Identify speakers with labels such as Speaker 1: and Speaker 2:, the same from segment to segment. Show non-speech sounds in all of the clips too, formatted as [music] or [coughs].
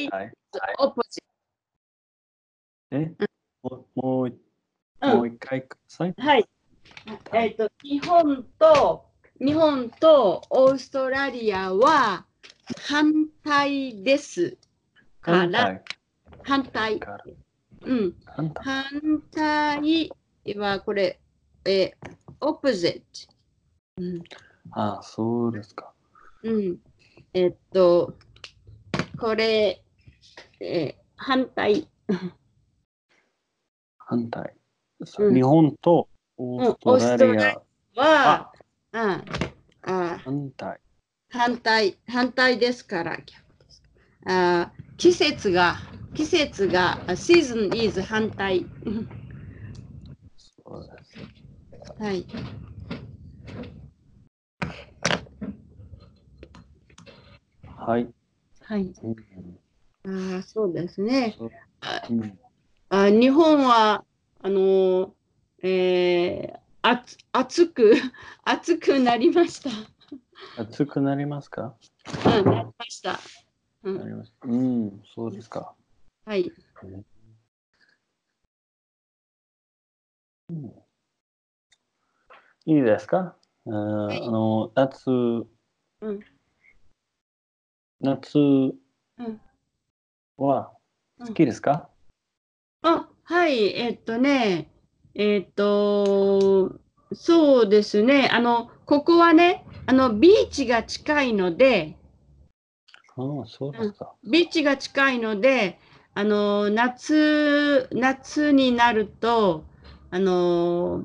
Speaker 1: い
Speaker 2: はい。
Speaker 1: オポジ
Speaker 2: え、もう、もう、
Speaker 1: うん
Speaker 2: もう一回ください。
Speaker 1: はい。えっ、と、日本と、日本とオーストラリアは反対ですか
Speaker 2: 反
Speaker 1: ら、
Speaker 2: 対
Speaker 1: 反対。
Speaker 2: から。
Speaker 1: うん。
Speaker 2: 反対
Speaker 1: 反対はこれ、えー、opposite。うん。
Speaker 2: ああ、そうですか。
Speaker 1: うん。えっと、これ、えー反対。
Speaker 2: 反対。
Speaker 1: うん
Speaker 2: 日本とオーストラリア、
Speaker 1: は、ああ
Speaker 2: 反対。
Speaker 1: 反対、反対ですから。あ季節が、季節が、シーズン is 反対。
Speaker 2: そうです。
Speaker 1: はい。
Speaker 2: はい。
Speaker 1: はい。
Speaker 2: うん
Speaker 1: ああ、そうですね。
Speaker 2: そう
Speaker 1: あ
Speaker 2: うん
Speaker 1: あ日本は、あのー、えー、あつ暑く、 [laughs] 暑くなりました。
Speaker 2: 暑くなりますか
Speaker 1: うん、なりました。う、
Speaker 2: なんりますうん、そうですか。
Speaker 1: はい。
Speaker 2: うんいいですか、あー
Speaker 1: い
Speaker 2: あの夏、
Speaker 1: ん
Speaker 2: 夏
Speaker 1: ん
Speaker 2: は
Speaker 1: うん
Speaker 2: 好きですか、
Speaker 1: あ、はい、えっとね、えっと、そうですね、あの、ここはね、あの、ビーチが近いので、
Speaker 2: ああそうですか。
Speaker 1: ビーチが近いので、あの、夏、夏になると、あの、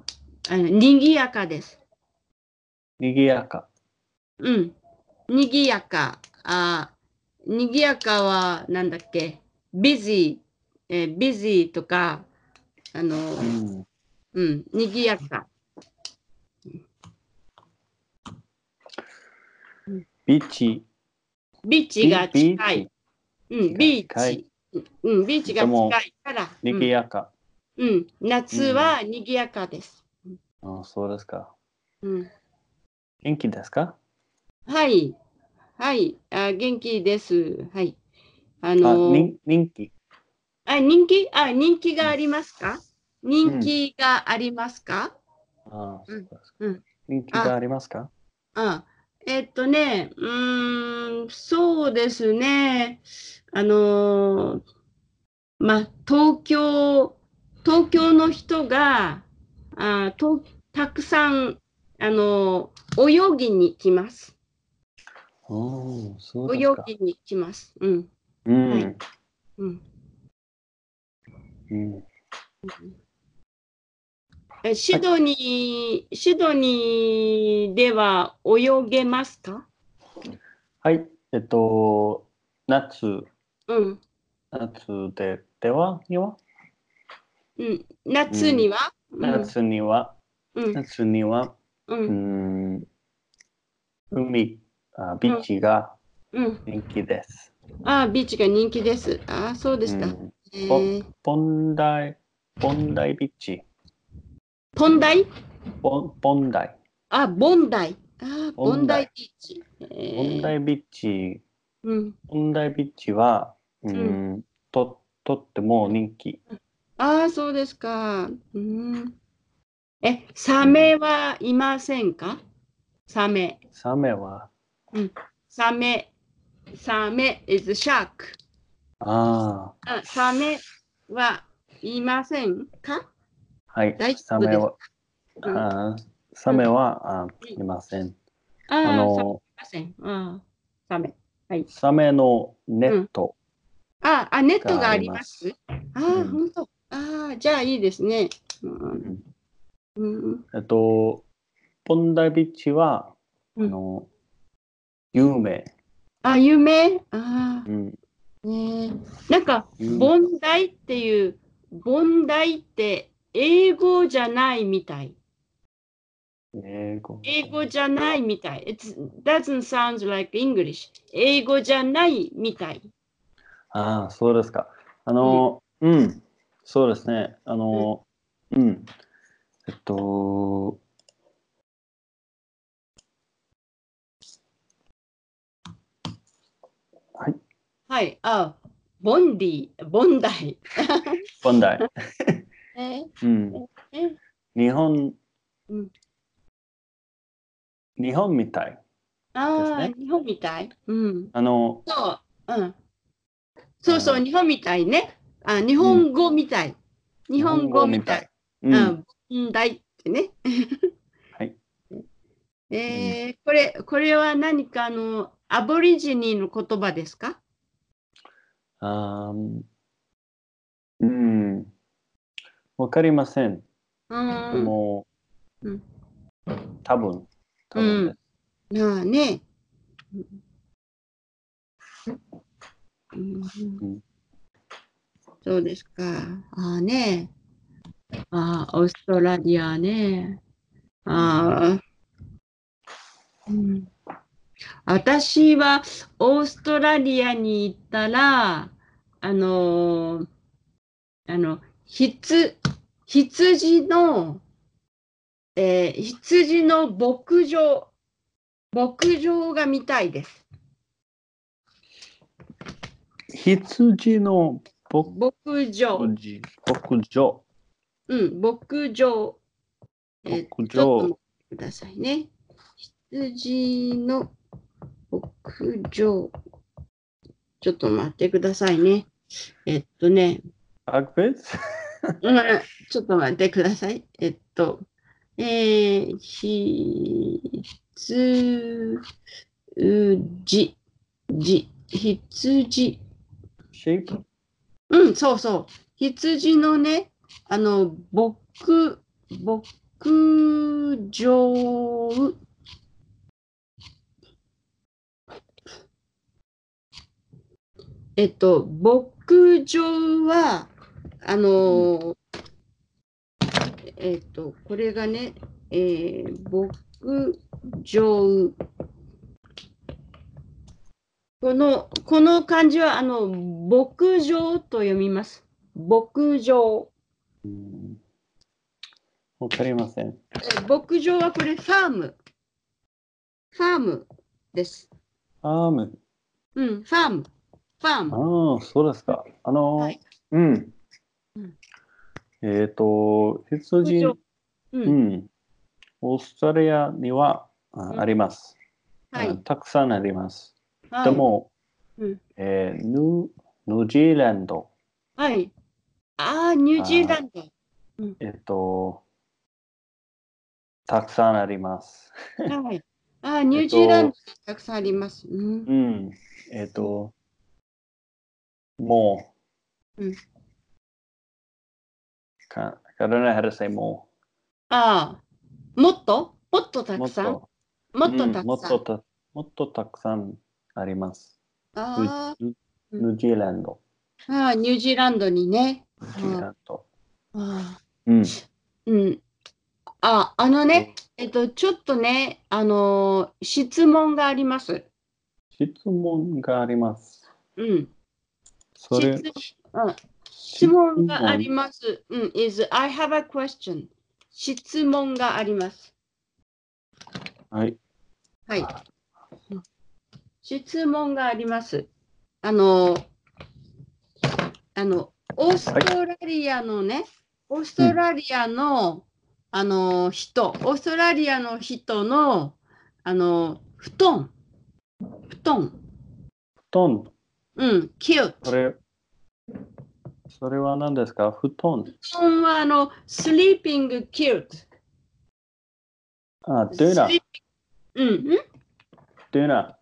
Speaker 1: あの、賑やかです。
Speaker 2: 賑やか。
Speaker 1: うん、賑やか。あ、賑やかは、なんだっけ、ビジー、えー、ビジーとか、あの、
Speaker 2: うん、
Speaker 1: うん、賑やか。
Speaker 2: ビーチ。
Speaker 1: ビーチが
Speaker 2: ビ
Speaker 1: 近い。。うん、
Speaker 2: ビ
Speaker 1: ビ
Speaker 2: ー近
Speaker 1: ー
Speaker 2: い
Speaker 1: チ。うん、ビーチが
Speaker 2: でも
Speaker 1: 近いから。う
Speaker 2: にぎ
Speaker 1: ん、
Speaker 2: やか。
Speaker 1: うん夏は賑やかです。
Speaker 2: ああそうですか。
Speaker 1: うん、
Speaker 2: 元気ですか
Speaker 1: はい。はい。あ、元気です。はい。あ
Speaker 2: あ
Speaker 1: のー
Speaker 2: 人人気。
Speaker 1: あ、人気あ、人気がありますか人気がありますか、
Speaker 2: ああそうですか
Speaker 1: うん
Speaker 2: 人気がありますか
Speaker 1: あ、えっとね、うーん、そうですね。あのーまあ、東京、東京の人が、あ、と、たくさん、あのー泳ぎに来ます。
Speaker 2: うん、そうです
Speaker 1: 泳
Speaker 2: か。
Speaker 1: ぎに来ます。うん、
Speaker 2: うん。
Speaker 1: うん。
Speaker 2: うん。
Speaker 1: え、シドニー、シドニーでは泳げますか
Speaker 2: はい。えっと、夏、
Speaker 1: うん、
Speaker 2: 夏で、では、には、
Speaker 1: うん。夏にはうん、
Speaker 2: 夏には、
Speaker 1: うん、
Speaker 2: 夏には、
Speaker 1: う、
Speaker 2: うんん、海、あビーチが
Speaker 1: うん。
Speaker 2: 人気です。
Speaker 1: ああ、ビーチが人気です。ああ、そうで
Speaker 2: う
Speaker 1: した。
Speaker 2: ん、
Speaker 1: えー
Speaker 2: おポンダイ、ポンダイビーチ、
Speaker 1: ポンダイ
Speaker 2: ポンポンダイ、
Speaker 1: あ、ボンダイ。ああ、ボ
Speaker 2: ボ
Speaker 1: ン
Speaker 2: ン
Speaker 1: ダ
Speaker 2: ダ
Speaker 1: イ
Speaker 2: イ
Speaker 1: ビーチ。
Speaker 2: ポンダ
Speaker 1: イ。
Speaker 2: イビーチ、
Speaker 1: うん。
Speaker 2: ポンダイビーチは、うん、と、とっても人気。
Speaker 1: ああ、そうですか。うん。え、サメはいませんかサメ。
Speaker 2: サメは、
Speaker 1: サメ。サメ is shark。
Speaker 2: ああ、
Speaker 1: あサメはいませんか
Speaker 2: はい
Speaker 1: 大、丈
Speaker 2: サ
Speaker 1: 夫です
Speaker 2: メは、
Speaker 1: うんあ
Speaker 2: あーサメは、あーいません。
Speaker 1: あ、
Speaker 2: あ
Speaker 1: サメい
Speaker 2: の、
Speaker 1: ません。ああ、サメ。
Speaker 2: サメのネット、
Speaker 1: ああ、ネットがあります。ああ、
Speaker 2: うん
Speaker 1: 本当。ああ、じゃあいいですね。うん。うん。
Speaker 2: えっと、ポンダビッチは、
Speaker 1: うん
Speaker 2: あの、有名。
Speaker 1: あ、夢あ
Speaker 2: うん、
Speaker 1: あ、ねえ。なんか、
Speaker 2: うん
Speaker 1: ボンダイっていう、ボンダイって英語じゃないみたい。
Speaker 2: 英語。
Speaker 1: 英語じゃないみたい。It doesn't sound like English. 英語じゃないみたい。
Speaker 2: ああ、そうですか。あの、うん、そうですね。あの、うん、えっと、はい、
Speaker 1: はい。あボンディ、ボンダイ。
Speaker 2: 問
Speaker 1: [laughs]
Speaker 2: 題。
Speaker 1: え
Speaker 2: うん。
Speaker 1: え
Speaker 2: 日本、
Speaker 1: うん
Speaker 2: 日本みたい。
Speaker 1: ああ、
Speaker 2: です
Speaker 1: 日本みたい。うん。
Speaker 2: あの、
Speaker 1: そう、うん。そうそうう、
Speaker 2: ん
Speaker 1: 日本みたいね。あ、日本語みたい。日本語みたい。
Speaker 2: 日本語みたい。うん。
Speaker 1: うん、問題ってね。
Speaker 2: はい。
Speaker 1: えー、これ、これは何かあの、アボリジニの言葉ですか
Speaker 2: あーうん。わかりません。
Speaker 1: うん。
Speaker 2: もう、
Speaker 1: うん
Speaker 2: 多分。多分です
Speaker 1: まあね。うん
Speaker 2: うん
Speaker 1: そうですか。ああね。ああ、オーストラリアね。ああ。うん、私はオーストラリアに行ったら、あのーあの、ひつ、羊の、えー羊の牧場、牧場が見たいです。
Speaker 2: 羊の牧
Speaker 1: 牧場。
Speaker 2: 牧場。
Speaker 1: うん、牧場。え
Speaker 2: 牧
Speaker 1: ちょっと
Speaker 2: 場。
Speaker 1: 待ってくださいね。羊の牧場。ちょっと待ってくださいね。えっとね、
Speaker 2: アグベス
Speaker 1: うんちょっと待ってください。えっと、えー、ひつうじ、じ、ひつじ。
Speaker 2: シェイプ
Speaker 1: うん、そうそう。羊のね、あの、牧、牧場。えっと、牧場は、あの、えっと、これがね、えー、牧場。この、この漢字は、あの、牧場と読みます。牧場。
Speaker 2: うんわかりません。
Speaker 1: え牧場はこれ、ファーム。ファームです。
Speaker 2: アーム。
Speaker 1: うん、ファーム。ファーム。
Speaker 2: ああ、そうですか。あの、
Speaker 1: はい
Speaker 2: うん
Speaker 1: うん。
Speaker 2: えっ、と、羊、
Speaker 1: 牧場う、
Speaker 2: うんん。オーストラリアにはあ
Speaker 1: うん
Speaker 2: あります、
Speaker 1: は
Speaker 2: あ
Speaker 1: い。
Speaker 2: たくさんあります。
Speaker 1: はい
Speaker 2: で、も、
Speaker 1: うん
Speaker 2: えーニューニュージーランド、
Speaker 1: はい。ああ、ニュージーランド。
Speaker 2: えっ、と、たくさんあります。
Speaker 1: はい。ああ、ニュージーランド、たくさんあります。うん
Speaker 2: う。ん。えっ、と、もう、
Speaker 1: うん
Speaker 2: か、I don't know how to say も
Speaker 1: ああ、もっともっとた
Speaker 2: う。も
Speaker 1: く
Speaker 2: っ
Speaker 1: さん
Speaker 2: と、
Speaker 1: もっ
Speaker 2: う
Speaker 1: と
Speaker 2: ん
Speaker 1: た
Speaker 2: も
Speaker 1: く
Speaker 2: っ
Speaker 1: さん。
Speaker 2: とたもっとたくさんあります。
Speaker 1: あ
Speaker 2: ニュージーランド。
Speaker 1: あああ、ニュージーランドにね。
Speaker 2: ニュージーランド。
Speaker 1: ああ
Speaker 2: うん。
Speaker 1: うん。あ、あのね、えっと、ちょっとね、あのー質問があります。
Speaker 2: 質問があります。
Speaker 1: うん。
Speaker 2: それ
Speaker 1: 質うん質問があります。うん。is I have a question. 質問があります。
Speaker 2: はい。
Speaker 1: はい。質問があります。あのー、あの、オーストラリアのね、オーストラリアの、あのー人、オーストラリアの人の、あのー布団、布団、
Speaker 2: 布団。
Speaker 1: うん、キュ
Speaker 2: それ、それは何ですか布団。
Speaker 1: 布団はあの、スリーピングキュート。
Speaker 2: あ、ドゥナ
Speaker 1: ス。リーピングうん、ん
Speaker 2: ドゥナ。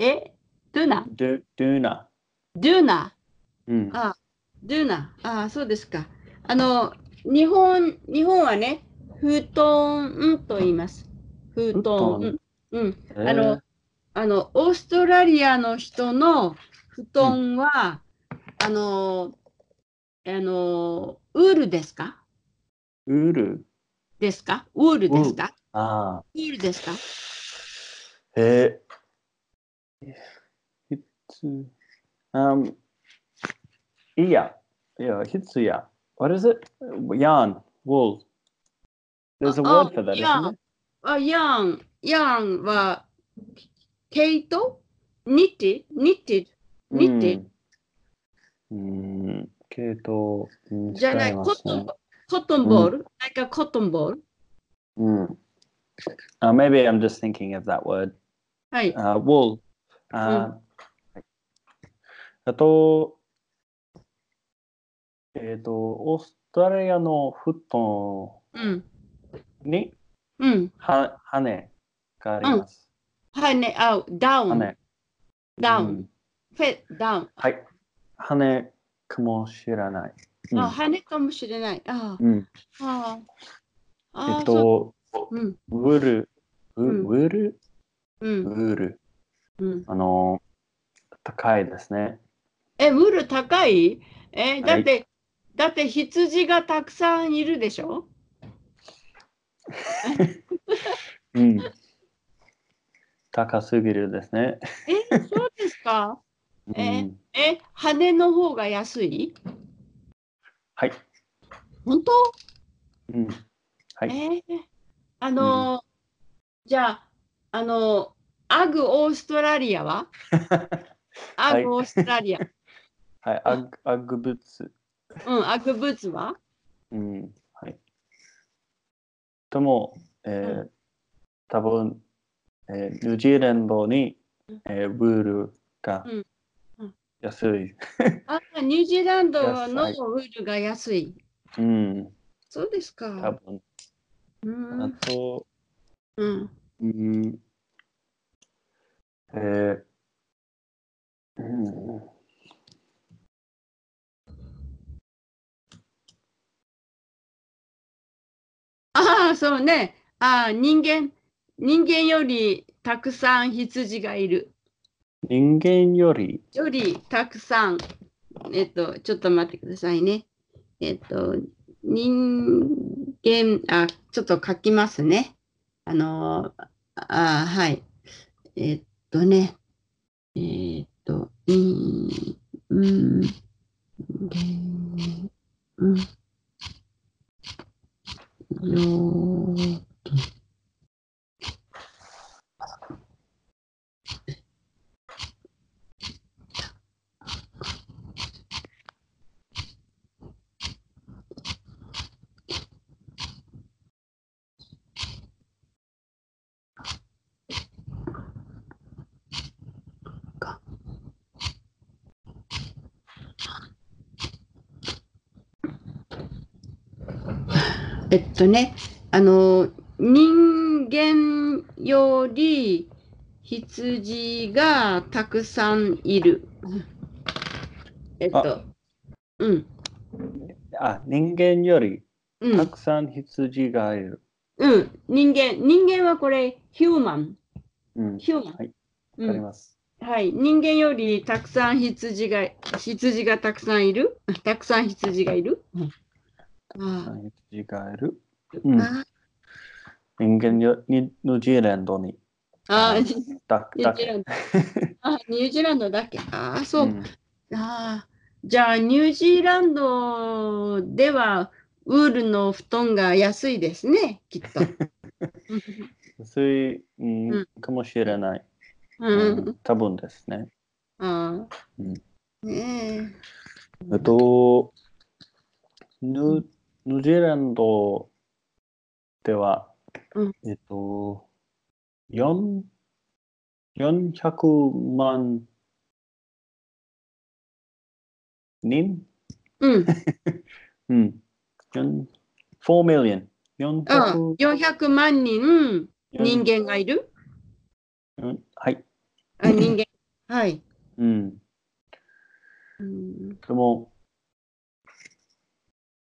Speaker 1: えドゥナ
Speaker 2: ドゥドゥナ。
Speaker 1: ドゥナ
Speaker 2: うん。
Speaker 1: あ、ドゥナ。あ、そうですか。あの、日本、日本はね、布団と言います。布
Speaker 2: 布
Speaker 1: 団
Speaker 2: 団。
Speaker 1: うん、
Speaker 2: え
Speaker 1: あの、あの、オーストラリアの人の布団は、あの、あの、ウールですか
Speaker 2: ウール。
Speaker 1: ですかウールですか
Speaker 2: ああ。
Speaker 1: ウールですか
Speaker 2: えー、必、um, いいや。いや、必や。What is it? Yarn, wool. There's a
Speaker 1: Oh,
Speaker 2: word for that,
Speaker 1: yarn.
Speaker 2: isn't it?
Speaker 1: あ、ヤン、ヤンは、毛糸ニッティニッティ knitted
Speaker 2: うん、Hmm. 系統、うん
Speaker 1: じゃない、
Speaker 2: 違ま
Speaker 1: コッ
Speaker 2: す
Speaker 1: トン
Speaker 2: ね
Speaker 1: ボ、コットンボール、like a cotton ball。
Speaker 2: Mm. Uh, maybe I'm just thinking of that word.
Speaker 1: はい、
Speaker 2: Uh, wool. Uh, あと、えっ、と、オーストラリアの布団
Speaker 1: うん、
Speaker 2: に
Speaker 1: うん、
Speaker 2: は羽があります。
Speaker 1: はいね、あ、ダウン、
Speaker 2: 羽。
Speaker 1: ダウ
Speaker 2: う
Speaker 1: ン、
Speaker 2: ん
Speaker 1: フェ、ダウン。
Speaker 2: はい。羽かもしれない。うん
Speaker 1: あ、羽かもしれない。あー
Speaker 2: うん、
Speaker 1: あー。あー
Speaker 2: えっ、、と、
Speaker 1: そううん、
Speaker 2: ウール、ウ
Speaker 1: うん
Speaker 2: ウール、
Speaker 1: うん、
Speaker 2: ウール。
Speaker 1: うん。
Speaker 2: あの、高いですね。
Speaker 1: え、ウール高いえ、
Speaker 2: い
Speaker 1: だって、だって羊がたくさんいるでしょ [laughs]
Speaker 2: うん。高すぎるですね。
Speaker 1: え、そうですかえ
Speaker 2: うん、
Speaker 1: え、羽の方が安い
Speaker 2: はい。
Speaker 1: 本当
Speaker 2: うん。はい
Speaker 1: えーあのー、じゃあ、あのー、アグオーストラリアはアグオースト
Speaker 2: [laughs]
Speaker 1: ラリア。
Speaker 2: はい。アグ、アグブツ。
Speaker 1: うん、アグブーツは
Speaker 2: うん。はい。とも、えー
Speaker 1: う
Speaker 2: 多分、えーニュージーランドに、えー、ウールが
Speaker 1: うんうん
Speaker 2: 安い。
Speaker 1: あ、ニュージーランドの
Speaker 2: 安い
Speaker 1: ウールが安い。
Speaker 2: うん。
Speaker 1: そうです
Speaker 2: 多
Speaker 1: か。
Speaker 2: 分。
Speaker 1: う
Speaker 2: あ
Speaker 1: ん、
Speaker 2: と、
Speaker 1: うん、
Speaker 2: うん。えーうん、
Speaker 1: ああ、そうね。ああ、人間、人間よりたくさん羊がいる。
Speaker 2: 人間より、
Speaker 1: よりたくさん。えっと、ちょっと待ってくださいね。えっと、人間、あ、ちょっと書きますね。あの、あ、はい。えっとね、えっと、いうん、人間、うん、よ、えっとね、あの人間より羊がたくさんいる。えっと、うん、
Speaker 2: あ、人間より
Speaker 1: う
Speaker 2: た
Speaker 1: ん、
Speaker 2: くさん羊がいる。
Speaker 1: うん、人間、人間はこれ、ヒューマン、
Speaker 2: うん。わ
Speaker 1: ヒューマン。
Speaker 2: はい
Speaker 1: うん
Speaker 2: かります。
Speaker 1: はい、人間よりたくさん羊が、羊がたくさんいる。 [laughs] たくさん羊がいる。あ
Speaker 2: 羊がいる。
Speaker 1: あ、
Speaker 2: うん。人間よニニュージーランドに。
Speaker 1: ああ、ニ
Speaker 2: だ
Speaker 1: ュ
Speaker 2: だ
Speaker 1: ージーランド。あニュージーランドだっけ。ああ、そうかああ、じゃあニュージーランドではウールの布団が安いですね、きっと。
Speaker 2: うん、そういう、うん
Speaker 1: うん
Speaker 2: かもしれない。[laughs]
Speaker 1: う
Speaker 2: うん
Speaker 1: ん、
Speaker 2: 多分ですね。
Speaker 1: ああ
Speaker 2: うん
Speaker 1: ね
Speaker 2: えっと、ニュニュージーランドでは、
Speaker 1: うん
Speaker 2: えっと、四400万人
Speaker 1: えうん、
Speaker 2: うん。4 million。
Speaker 1: うん、
Speaker 2: 400
Speaker 1: 400万人人
Speaker 2: 間。
Speaker 1: 間がいる
Speaker 2: うんはい。
Speaker 1: あ人間。はい。
Speaker 2: うん。
Speaker 1: うん
Speaker 2: でも、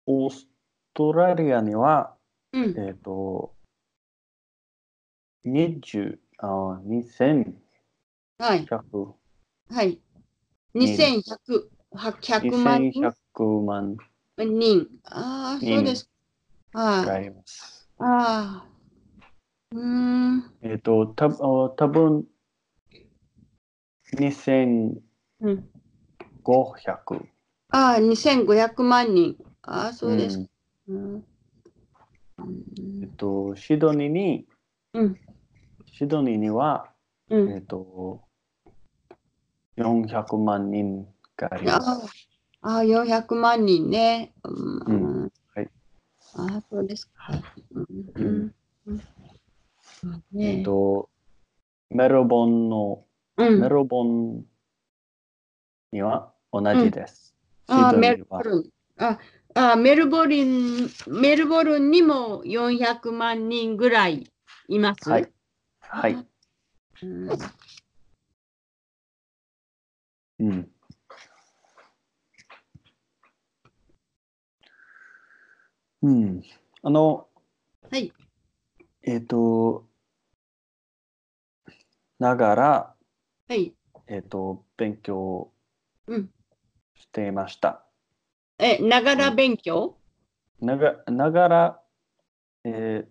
Speaker 2: オーストラリアには、
Speaker 1: うん
Speaker 2: えっ、と、20あ2100
Speaker 1: はい。はい。2100 100万人。
Speaker 2: 2100万
Speaker 1: ああ、
Speaker 2: 人
Speaker 1: そうです。
Speaker 2: 人が
Speaker 1: はい。
Speaker 2: います。
Speaker 1: ああ。うーん。
Speaker 2: えっ、と、たあ多分2500
Speaker 1: うんああ、2500万人。ああ、そうです
Speaker 2: う
Speaker 1: か
Speaker 2: ん。
Speaker 1: うん。
Speaker 2: えっ、と、シドニーに、
Speaker 1: うん
Speaker 2: シドニーには、
Speaker 1: う
Speaker 2: え
Speaker 1: ん。
Speaker 2: っ、と、400万人がい
Speaker 1: あ
Speaker 2: ます。
Speaker 1: あ、ああ、400万人ね。うん
Speaker 2: うはい。
Speaker 1: ああ、そうですか。うん
Speaker 2: う
Speaker 1: うん
Speaker 2: ん
Speaker 1: そう
Speaker 2: えっ
Speaker 1: ね
Speaker 2: と、メロボンの、
Speaker 1: うん
Speaker 2: メロボンには同じです。
Speaker 1: あ
Speaker 2: シド
Speaker 1: あ
Speaker 2: ニ
Speaker 1: メ
Speaker 2: ー
Speaker 1: ルボ
Speaker 2: は
Speaker 1: ルン。ああメルボルン、メルボルンにも400万人ぐらいいます。
Speaker 2: はい。はい。
Speaker 1: うん
Speaker 2: うん。うん。あの、
Speaker 1: はい。
Speaker 2: えっと、ながら、
Speaker 1: はい。
Speaker 2: えっと、勉強
Speaker 1: うん。
Speaker 2: していました。
Speaker 1: え、ながら勉強
Speaker 2: ながながら、え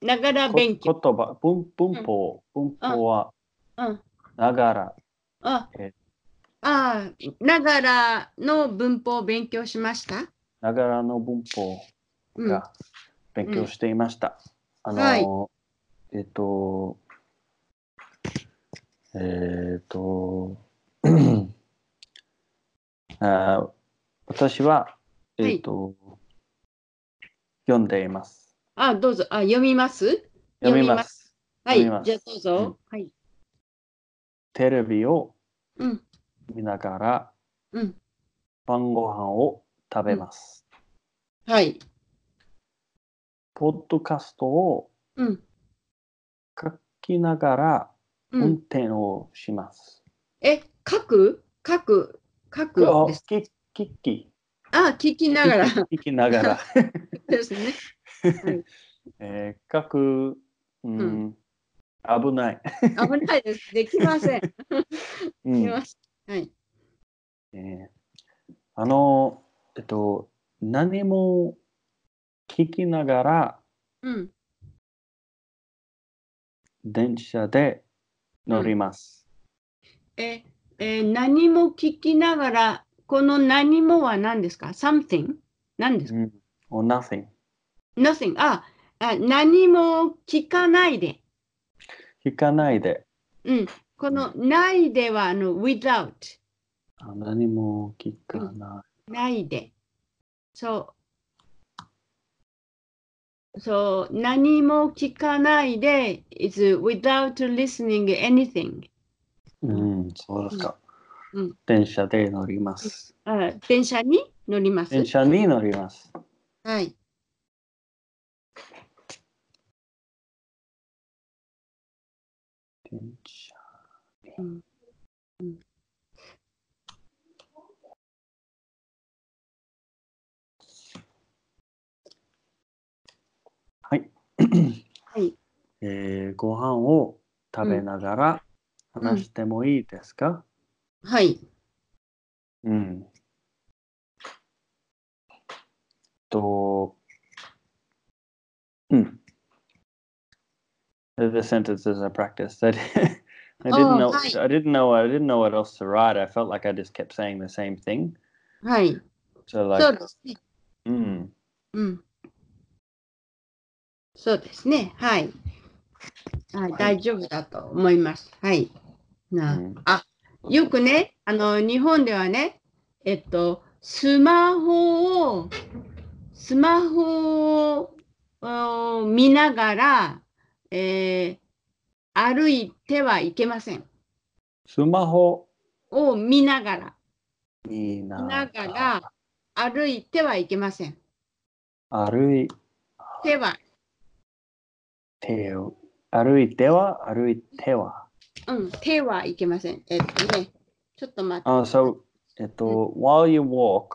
Speaker 1: ながら
Speaker 2: ー、こ
Speaker 1: 勉強。
Speaker 2: 言葉文、文法、文法は
Speaker 1: うん。
Speaker 2: ながら、
Speaker 1: あ
Speaker 2: え、
Speaker 1: ああ、ながらの文法を勉強しました。
Speaker 2: ながらの文法
Speaker 1: うん。
Speaker 2: が勉強していました。
Speaker 1: ん
Speaker 2: あの、えっ、と、えっ、と、 [clears throat] あー私は、えっ、と、読んでいます。
Speaker 1: あ、どうぞ。あ、読みます
Speaker 2: 読み
Speaker 1: 読み
Speaker 2: ま。
Speaker 1: ますは
Speaker 2: 読
Speaker 1: い
Speaker 2: みま。す
Speaker 1: じゃあどうぞ。はい。
Speaker 2: テレビを
Speaker 1: うん。
Speaker 2: 見ながら
Speaker 1: うん。
Speaker 2: 晩ご飯を食べます。
Speaker 1: はい。
Speaker 2: ポッドキャストを
Speaker 1: うん。
Speaker 2: 書きながら
Speaker 1: う
Speaker 2: 運
Speaker 1: ん。
Speaker 2: 転をします。
Speaker 1: え、書く書く書く
Speaker 2: あ
Speaker 1: です。
Speaker 2: ききき
Speaker 1: あ、聞きながら。 [laughs]
Speaker 2: 聞きながら、
Speaker 1: ですね。
Speaker 2: えー、書く、うん
Speaker 1: うん
Speaker 2: 危ない、
Speaker 1: 危ないです。できません。で
Speaker 2: う
Speaker 1: き
Speaker 2: ん
Speaker 1: ません。はい。
Speaker 2: えーあのえっと何も聞きながら
Speaker 1: うん。
Speaker 2: 電車で乗ります、
Speaker 1: え、えー何も聞きながら、この何もは何ですか ?something? 何です
Speaker 2: う
Speaker 1: か、
Speaker 2: ん or nothing
Speaker 1: ?nothing. ああ、何も聞かないで。
Speaker 2: 聞かないで
Speaker 1: うん。このないでは、あの、without。
Speaker 2: あ何も聞かな
Speaker 1: ないで。そう。そう、何も聞かないで、is without listening anything.
Speaker 2: い、うん、そうですか、
Speaker 1: うん
Speaker 2: 電車で乗ります
Speaker 1: あ電車に乗ります。
Speaker 2: 電車に乗ります
Speaker 1: はい。
Speaker 2: 電車に
Speaker 1: うんうん
Speaker 2: はい。
Speaker 1: はい。
Speaker 2: えーご飯を食べながら
Speaker 1: ん
Speaker 2: 話してもいいですか、
Speaker 1: はい。
Speaker 2: うん、と、うん。The sentences I practiced. I, did, I didn't [laughs]
Speaker 1: Oh,
Speaker 2: know.
Speaker 1: right.
Speaker 2: I didn't know. I didn't know what else to write. I felt like I just kept saying the same thing.
Speaker 1: はい。
Speaker 2: So
Speaker 1: そ
Speaker 2: like,
Speaker 1: うですね。
Speaker 2: mm,
Speaker 1: うん。そうですね。はい。あ大丈夫だと思います。はい。な
Speaker 2: うん
Speaker 1: あよくね、あの日本ではね、えっと、スマホを、スマホをお見ながら、えー歩いてはいけません。
Speaker 2: スマホ
Speaker 1: を見ながら、
Speaker 2: いいな。
Speaker 1: 見ながら歩いてはいけません。
Speaker 2: 歩い
Speaker 1: 手は、
Speaker 2: てを歩いては歩いては。
Speaker 1: うん、手はいけません。えっとね、ちょっと待って。
Speaker 2: あ、そう。えっと、while you walk,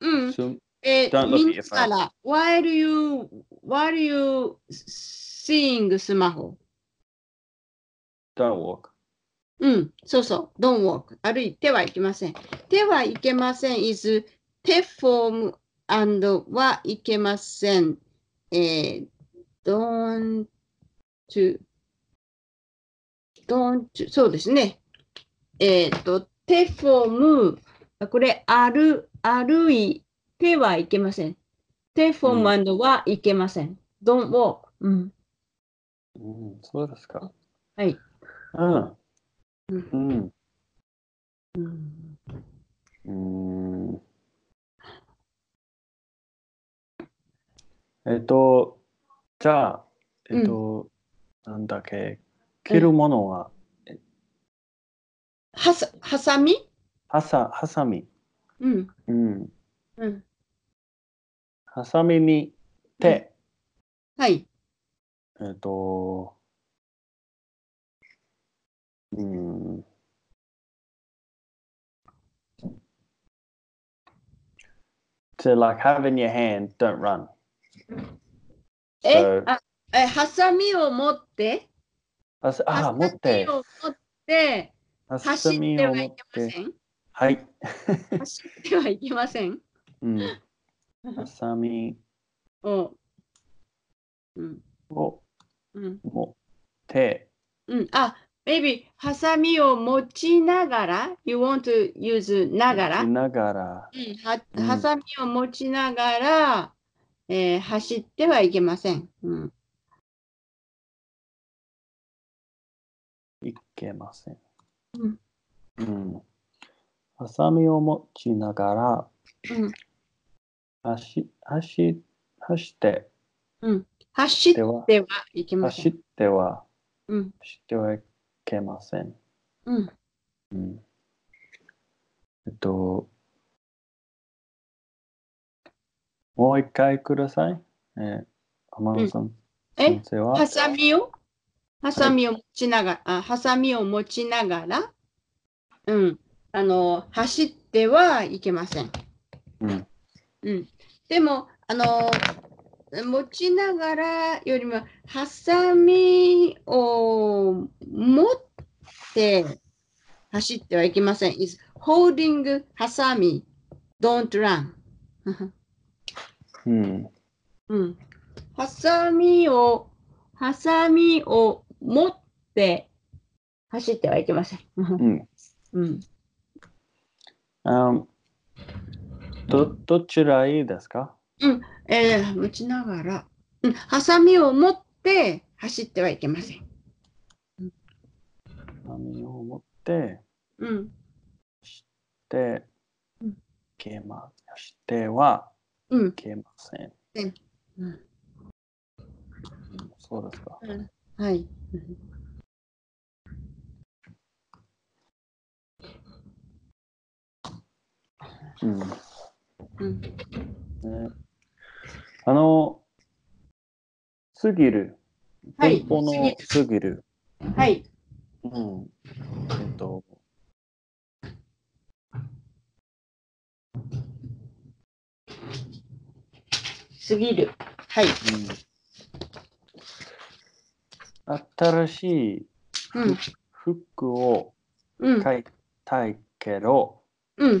Speaker 1: うん。
Speaker 2: す
Speaker 1: え
Speaker 2: Don't
Speaker 1: ー、
Speaker 2: look at
Speaker 1: みんなから while you, while you seeing スマホ。
Speaker 2: don't walk.
Speaker 1: うん、そうそう。don't walk. 歩いてはいけません。手はいけません is 手フォーム and はいけません。えー、don't to don't to そうですね。えっ、と、手フォーム、あこれ、歩、歩いてはいけません。手フォーム and はいけません。don't walk. うん。
Speaker 2: うん、そうですか。
Speaker 1: はい。
Speaker 2: うん。
Speaker 1: う
Speaker 2: うん。
Speaker 1: うん
Speaker 2: うん。えっと、じゃあ、えっと、なんだっけ、切るものは、
Speaker 1: はさ、はさみ
Speaker 2: はさ、はさみ。
Speaker 1: うん。
Speaker 2: うん。
Speaker 1: うん。
Speaker 2: はさみに手、
Speaker 1: はい。
Speaker 2: えっと、うん。To like have in your hand, don't run.
Speaker 1: え、
Speaker 2: そう
Speaker 1: あ、え、はさみを持って、
Speaker 2: あ、すあ
Speaker 1: ハ
Speaker 2: 持って
Speaker 1: サミ、を持って、
Speaker 2: は
Speaker 1: 走
Speaker 2: さ
Speaker 1: っ
Speaker 2: み
Speaker 1: て
Speaker 2: を
Speaker 1: は
Speaker 2: 持
Speaker 1: いけま
Speaker 2: って、
Speaker 1: せん。
Speaker 2: はい。
Speaker 1: 走ってはいけません。 [laughs]
Speaker 2: うん。はさみ
Speaker 1: おうん。
Speaker 2: を
Speaker 1: うん。
Speaker 2: 持って、
Speaker 1: うん。あ、maybe、ハサミを持ちながら、you want to use ながら、
Speaker 2: し
Speaker 1: うん、
Speaker 2: ながら、
Speaker 1: は
Speaker 2: うん
Speaker 1: ハサミを持ちながら、えー走ってはいけません。うん。
Speaker 2: いけません。
Speaker 1: うん。
Speaker 2: うん。ハサミを持ちながら、
Speaker 1: うん。
Speaker 2: 走、走、走って、
Speaker 1: 走っ
Speaker 2: では、
Speaker 1: てはいけませ
Speaker 2: 走
Speaker 1: ん。
Speaker 2: っては、
Speaker 1: うん。
Speaker 2: 走ってはいけません。
Speaker 1: うん。
Speaker 2: うん。えっと、もう一回ください。えー、浜野さん、
Speaker 1: え
Speaker 2: 先、生は
Speaker 1: ハ、サミをハサミを持ちながら、あハサミを持ちながら、うん、あの、走ってはいけません。
Speaker 2: うん、
Speaker 1: うん。でも、あの、持ちながらよりも、ハサミを持って走ってはいけません。is holding ハサミ don't run 。
Speaker 2: うん、
Speaker 1: うん。ハサミを、ハサミを持って走ってはいけません。
Speaker 2: うん。
Speaker 1: うん。
Speaker 2: あんど、どちらいいですか
Speaker 1: えー、持ちながら、うん、ハサミを持って走ってはいけません。
Speaker 2: 網を持って、
Speaker 1: うん。
Speaker 2: で
Speaker 1: うん、
Speaker 2: けま、しては、
Speaker 1: うん。
Speaker 2: けません。
Speaker 1: うん
Speaker 2: そうですか。
Speaker 1: はい。
Speaker 2: うん。ね、
Speaker 1: うん。
Speaker 2: あの、すぎる。
Speaker 1: はい
Speaker 2: 文法のすぎる。
Speaker 1: はい。
Speaker 2: うん。えっと。
Speaker 1: すぎる。はい。
Speaker 2: うん、新しい
Speaker 1: うん。
Speaker 2: 服を
Speaker 1: うん。
Speaker 2: 買いたいけど、
Speaker 1: うん。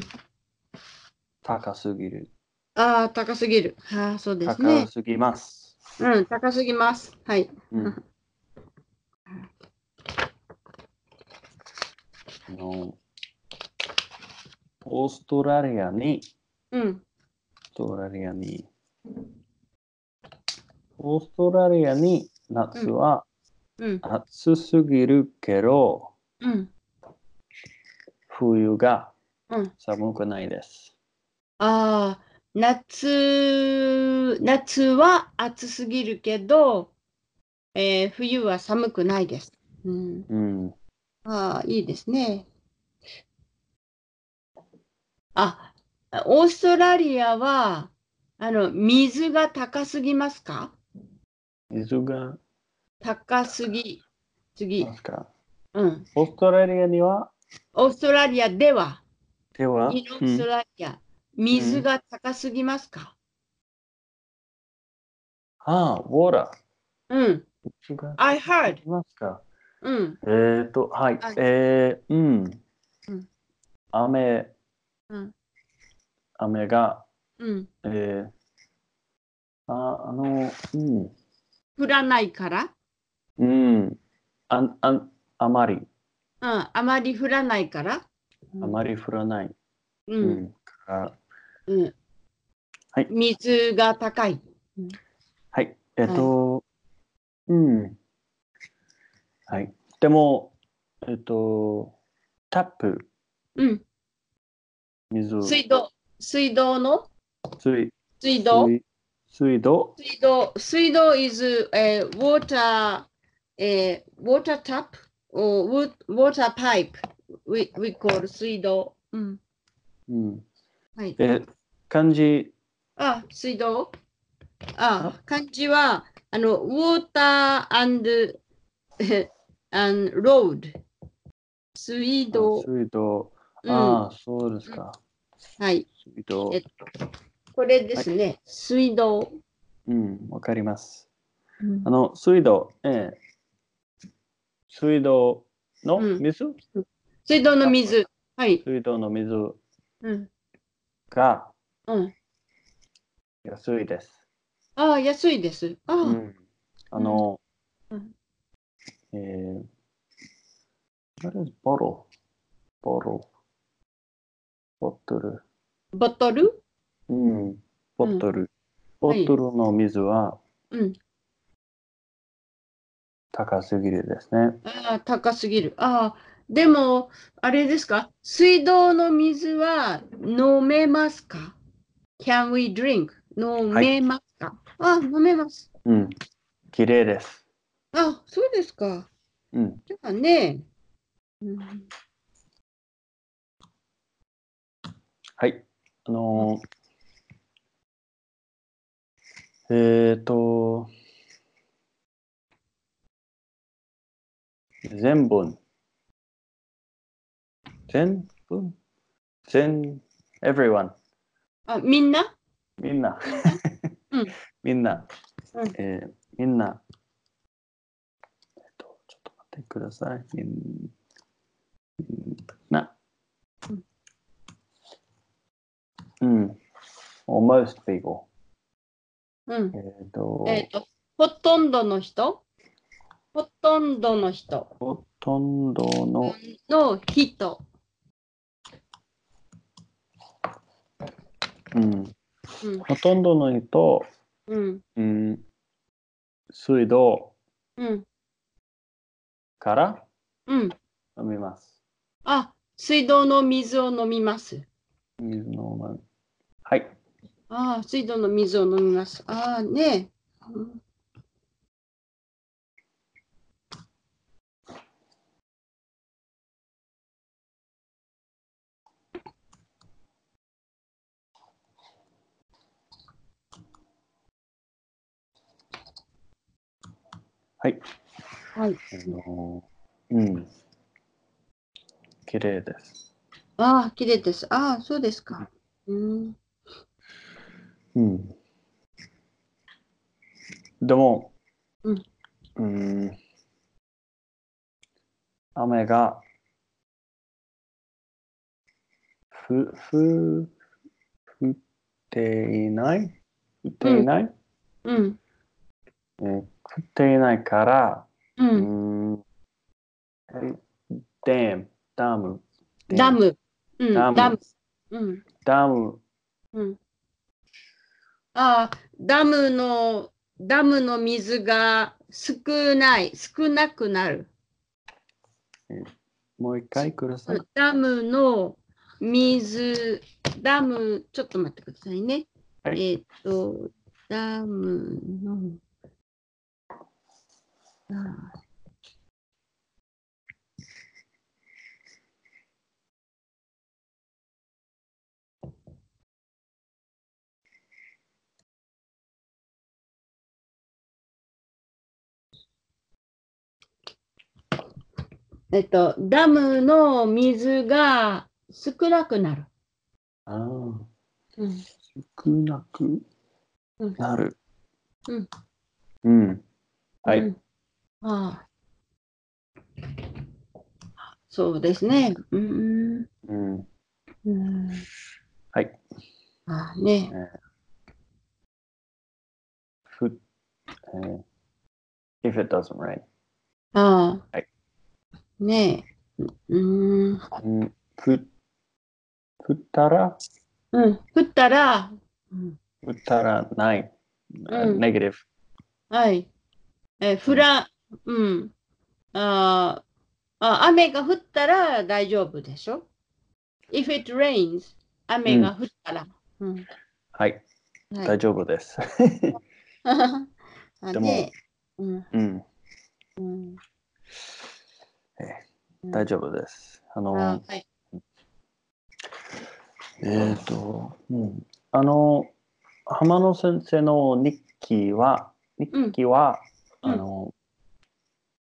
Speaker 2: 高すぎる。
Speaker 1: ああ、高すぎる。ああ、そうです
Speaker 2: 高
Speaker 1: ね。
Speaker 2: すぎます。
Speaker 1: うん、高すぎます。はい。
Speaker 2: うん。あのオーストラリアに、
Speaker 1: うん。
Speaker 2: オーストラリアに、オーストラリアに夏は
Speaker 1: うん。
Speaker 2: 暑すぎるけど、
Speaker 1: うん。
Speaker 2: 冬が
Speaker 1: うん。
Speaker 2: 寒くないです。
Speaker 1: ああ、夏、夏は暑すぎるけど、えー冬は寒くないです。うん、
Speaker 2: うん。
Speaker 1: ああ、いいですね。あ、オーストラリアは、あの、水が高すぎますか
Speaker 2: 水が
Speaker 1: 高すぎ、次、
Speaker 2: ますか
Speaker 1: うん。
Speaker 2: オーストラリアには
Speaker 1: オーストラリアでは、
Speaker 2: では、
Speaker 1: インオーストラリア、水が高すぎますか
Speaker 2: ああ、ウォーラ
Speaker 1: うん。
Speaker 2: ー。水が
Speaker 1: I heard.
Speaker 2: いますか
Speaker 1: うん。
Speaker 2: えーと、はい
Speaker 1: はい。
Speaker 2: えー、うん
Speaker 1: うん。
Speaker 2: 雨、
Speaker 1: うん。
Speaker 2: 雨が、
Speaker 1: うん。
Speaker 2: えー、あ、あの、うん。
Speaker 1: 降らないから、
Speaker 2: うん。あん、あん、あまり、
Speaker 1: うん、あまり降らないから、
Speaker 2: あまり降らない。
Speaker 1: う、
Speaker 2: うんん。から
Speaker 1: うん
Speaker 2: はい
Speaker 1: 水が高い。
Speaker 2: はい。えっと、うん。はい。でも、えっと、タップ、
Speaker 1: うん、
Speaker 2: 水、
Speaker 1: 水道、水道の
Speaker 2: 水、
Speaker 1: 水道、
Speaker 2: 水水道。
Speaker 1: 水道、水道 is、えー、water、えー、water tap or wa- water pipe. We, we call 水道。うん。
Speaker 2: うん。
Speaker 1: はい。
Speaker 2: で、漢字。
Speaker 1: あ、水道。あ、漢字は、あの、water and, [laughs] and road。水道。
Speaker 2: 水道。
Speaker 1: うん。
Speaker 2: ああ、そうですか。
Speaker 1: はい。
Speaker 2: 水道
Speaker 1: え。これですね。水道。
Speaker 2: うん、わかります。
Speaker 1: うん
Speaker 2: あの、水道。ええ。水道の
Speaker 1: うん
Speaker 2: 水、
Speaker 1: 水道の水。はい。
Speaker 2: 水道の水
Speaker 1: うん。
Speaker 2: が
Speaker 1: うん。
Speaker 2: 安いです。
Speaker 1: ああ、安いです。ああ、
Speaker 2: うんあの、
Speaker 1: うん
Speaker 2: えー、what is bottle? bottle? ボトル。
Speaker 1: ボトル
Speaker 2: うん、ボトル。ボ
Speaker 1: はい
Speaker 2: トルの水は
Speaker 1: うん。
Speaker 2: 高すぎるですね。
Speaker 1: ああ、高すぎる。ああ、でも、あれですか水道の水は飲めますか ?Can we drink? 飲めますか、ああ、飲めます。
Speaker 2: うん、綺麗です。
Speaker 1: ああ、そうですか。
Speaker 2: うん、
Speaker 1: じゃあね。うん、
Speaker 2: はい。あのー、えっ、ー、と、全文。全文全、everyone。
Speaker 1: あ、みんな
Speaker 2: みんな
Speaker 1: うん。
Speaker 2: みんな
Speaker 1: うん。
Speaker 2: えーみんな。えっと、ちょっと待ってください。みんみんな
Speaker 1: うん。
Speaker 2: うん。almost people.
Speaker 1: うん
Speaker 2: え。っと、
Speaker 1: えっ、と、ほとんどの人ほとんどの人
Speaker 2: ほとんどの
Speaker 1: の人。
Speaker 2: うん、
Speaker 1: うん。
Speaker 2: ほとんどの人、
Speaker 1: うん。
Speaker 2: うん、水道
Speaker 1: うん。
Speaker 2: から
Speaker 1: うん。
Speaker 2: 飲みます。
Speaker 1: あ、水道の水を飲みます。
Speaker 2: 水の飲み。はい。
Speaker 1: ああ、水道の水を飲みます。ああ、ねえ。うん
Speaker 2: はい。
Speaker 1: は
Speaker 2: あ
Speaker 1: い。
Speaker 2: のうん。綺麗です。
Speaker 1: ああ、綺麗です。ああ、そうですか。うん。
Speaker 2: うん。でも、
Speaker 1: うん。
Speaker 2: うん。雨が、ふ、ふ、降っていない降っていない、
Speaker 1: うん。
Speaker 2: えー降っていないから、
Speaker 1: う。
Speaker 2: うんん。ダム、ダム。
Speaker 1: ダム。うん。
Speaker 2: ダ
Speaker 1: ダ
Speaker 2: ム
Speaker 1: ム。。うん。
Speaker 2: ダム。
Speaker 1: うん。ああ、ダムの、ダムの水が少ない、少なくなる。
Speaker 2: もう一回ください。
Speaker 1: ダムの水、ダム、ちょっと待ってくださいね。
Speaker 2: はい
Speaker 1: えーっと、ダムの、あーえっと、ダムの水が少なくなる。
Speaker 2: ああ。
Speaker 1: うん
Speaker 2: 少なく
Speaker 1: うん
Speaker 2: なる。
Speaker 1: うん。
Speaker 2: うん。はい。
Speaker 1: うんああ。そうですね。うん。
Speaker 2: うん。
Speaker 1: うん、
Speaker 2: はい。
Speaker 1: ああね。
Speaker 2: ふ、えー if it doesn't rain.
Speaker 1: ああ。
Speaker 2: はい
Speaker 1: ねえ。うん。
Speaker 2: うん。ふ、ふったら、
Speaker 1: うん。降ったら、うん、
Speaker 2: ふったらない。
Speaker 1: うん
Speaker 2: ネガティ
Speaker 1: はい。えー、降ら、うん。あああ、雨が降ったら大丈夫でしょ ?If it rains, 雨が降ったら。うん。
Speaker 2: はい。大丈夫です。
Speaker 1: [laughs] はい。
Speaker 2: でも
Speaker 1: ねうん
Speaker 2: うん、
Speaker 1: うん
Speaker 2: 大丈夫です。あの、
Speaker 1: あはい。
Speaker 2: えっ、と、うん、あの浜野先生の日記は日
Speaker 1: うん
Speaker 2: 記は、
Speaker 1: うん
Speaker 2: あの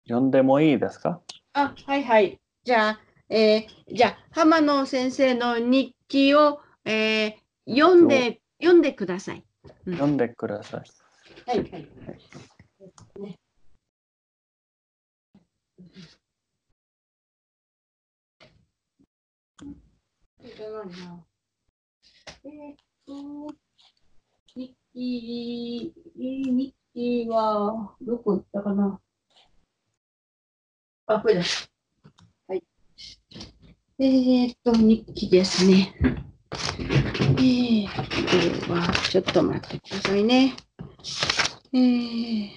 Speaker 2: 読んでもいいですか？
Speaker 1: あ、はいはい。じゃあ、えーじゃあ、浜野先生の日記を、えー読んで、読んでください。うん
Speaker 2: 読んでください。
Speaker 1: はいはい。えーと日記、日記はどこ行ったかなあ、これだ。はい。えーっと、日記ですね。えー、これは、ちょっと待ってくださいね。えー、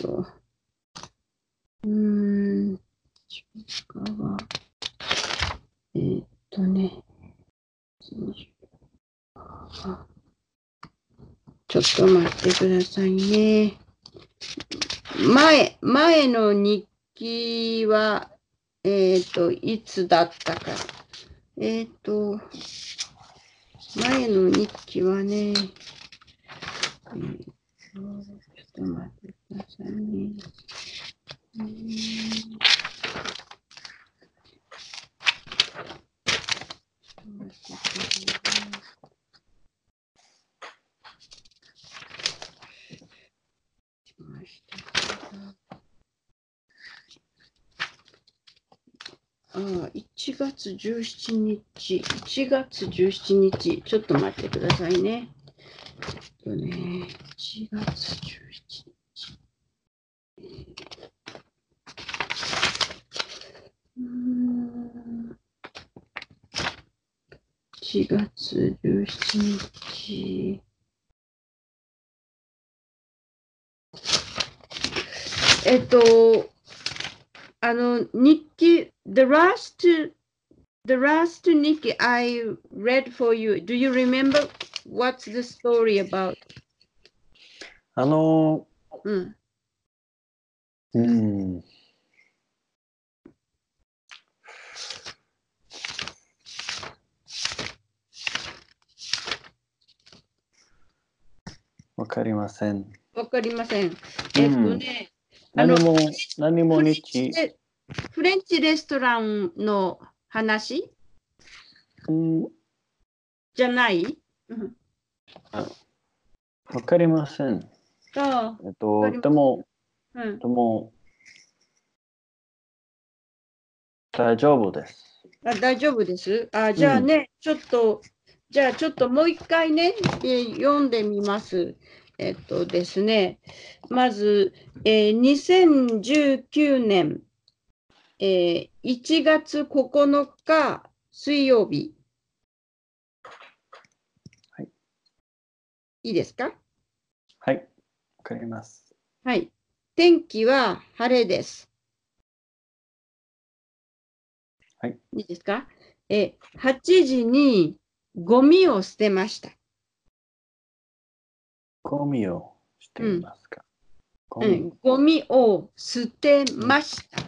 Speaker 1: と、うーん、中華は、えーっとね、ちょっと待ってくださいね。前、前の日記は、えーっと、いつだったか。えーっと、前の日記はね、うんちょっと待ってくださいね。うーんああ1月17日、1月17日、ちょっと待ってくださいね。えっとね、1月11日。うーん1月17日。えっと、あの、日記、the last, the last 日記 I read for you, do you remember what's the story about?
Speaker 2: あの、
Speaker 1: うん。
Speaker 2: うん。わかりません。
Speaker 1: わかりません。えっとね、あの
Speaker 2: 何も何も
Speaker 1: フレン
Speaker 2: 日
Speaker 1: チ
Speaker 2: 記、
Speaker 1: レフレンチレストランの話
Speaker 2: うん、わ
Speaker 1: じゃない、うん、
Speaker 2: かりません。
Speaker 1: あ
Speaker 2: えっと
Speaker 1: わかりません
Speaker 2: でも
Speaker 1: あ、うん。
Speaker 2: でも大丈夫です。
Speaker 1: あ大丈夫です。あじゃあね、ちょっと、じゃあちょっともう一回ね、えー読んでみます。えっとですね、まず、えー2019年、えー1月9日水曜日。
Speaker 2: はい。
Speaker 1: いいですか
Speaker 2: はい、わかります。
Speaker 1: はい。天気は晴れです。
Speaker 2: はい。
Speaker 1: いいですかえ、8時にゴミを捨てました。
Speaker 2: ゴミをしていますか。
Speaker 1: う
Speaker 2: ゴミ、
Speaker 1: ん、ゴミを捨てました。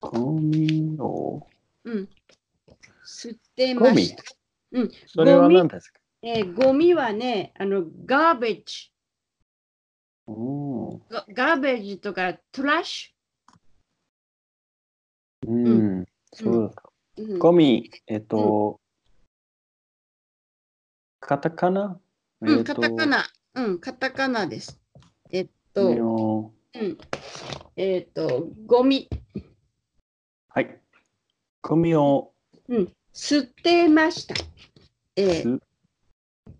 Speaker 2: ゴミを。
Speaker 1: うん。捨て
Speaker 2: ゴ
Speaker 1: ま
Speaker 2: ミ
Speaker 1: した。うん。
Speaker 2: それは
Speaker 1: ゴミ
Speaker 2: 何ですか。
Speaker 1: えーゴミはね、あの、ガーベージ、
Speaker 2: うん。
Speaker 1: ガガーベージとかトラッシ
Speaker 2: うん。そうですか。
Speaker 1: ュ。うん、
Speaker 2: ゴミ、えっと。カタカナ。
Speaker 1: う
Speaker 2: え
Speaker 1: ん、
Speaker 2: っと
Speaker 1: カタカ。ナ。うん、カタカナです。えっと、
Speaker 2: ゴミを
Speaker 1: うん。えっと、ゴミ。
Speaker 2: はい。ゴミを
Speaker 1: うん、捨てました。えー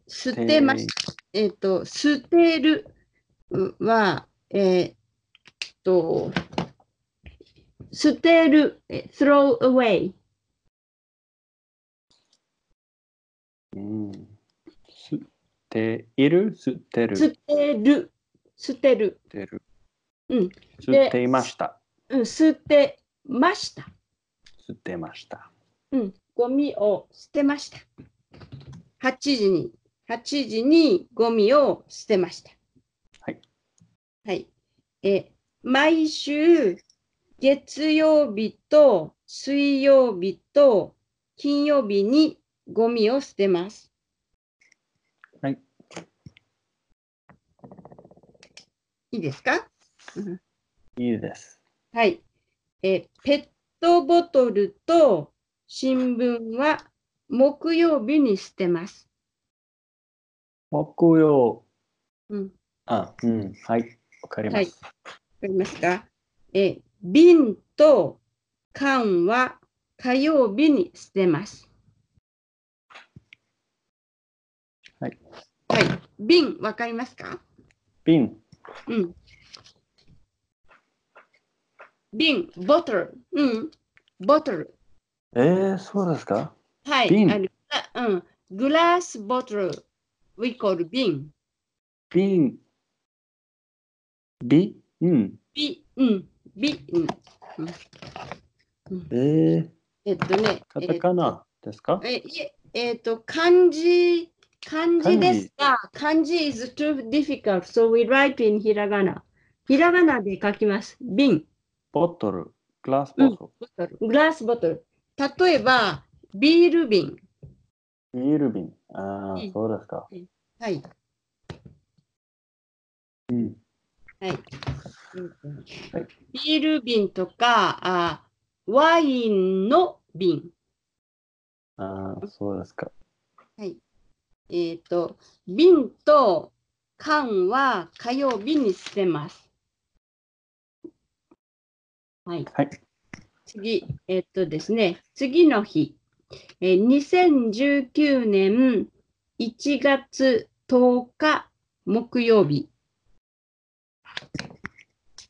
Speaker 1: 捨てまし
Speaker 2: す
Speaker 1: た。えっ、と、捨てるは、えーっと、捨てる、え throw away。
Speaker 2: うん。吸っている、吸ってる、
Speaker 1: 捨
Speaker 2: 吸って
Speaker 1: る、捨てる、
Speaker 2: る。
Speaker 1: うん。
Speaker 2: 吸っていました。
Speaker 1: うん、捨てました。
Speaker 2: 吸ってました。
Speaker 1: うん、ゴミを捨てました。 8時に、8時にゴミを捨てました。
Speaker 2: はい。
Speaker 1: はい。え、毎週月曜日と水曜日と金曜日にゴミを捨てます。
Speaker 2: はい。
Speaker 1: いいですか
Speaker 2: いいです。
Speaker 1: はい。えー、ペットボトルと新聞は木曜日に捨てます。
Speaker 2: 木曜。
Speaker 1: うん。わ
Speaker 2: あ、うん。はい。わかります。
Speaker 1: かりますかえー、瓶と缶は火曜日に捨てます。
Speaker 2: はい。
Speaker 1: はい。瓶、わかりますか
Speaker 2: 瓶。
Speaker 1: うん。瓶、ボトル。うん。ボトル。
Speaker 2: えー、そうですか
Speaker 1: はい。
Speaker 2: 瓶
Speaker 1: あのあうん。グラスボトル。we call 瓶。
Speaker 2: 瓶。瓶。うん。
Speaker 1: ビ、うん、ビ、うん。
Speaker 2: えー、
Speaker 1: えっとね、
Speaker 2: カタカナですか
Speaker 1: えっとえいええっと、漢字、漢字ですが、漢字 is too difficult, so we write in ひらがな。ひらがなで書きます。瓶、
Speaker 2: ボトル。グラスボト
Speaker 1: グラスボトル。例えば、ビール瓶。
Speaker 2: ル。ビール瓶。ああ、
Speaker 1: うん
Speaker 2: そうですか。
Speaker 1: はい。
Speaker 2: うん。
Speaker 1: は
Speaker 2: は
Speaker 1: い。
Speaker 2: い
Speaker 1: ビール瓶とか、あワインの瓶。
Speaker 2: ああ、そうですか。
Speaker 1: えっ、と、瓶と缶は火曜日に捨てます。はい。
Speaker 2: はい。
Speaker 1: 次、えっ、とですね、次の日、えー2019年1月10日木曜日。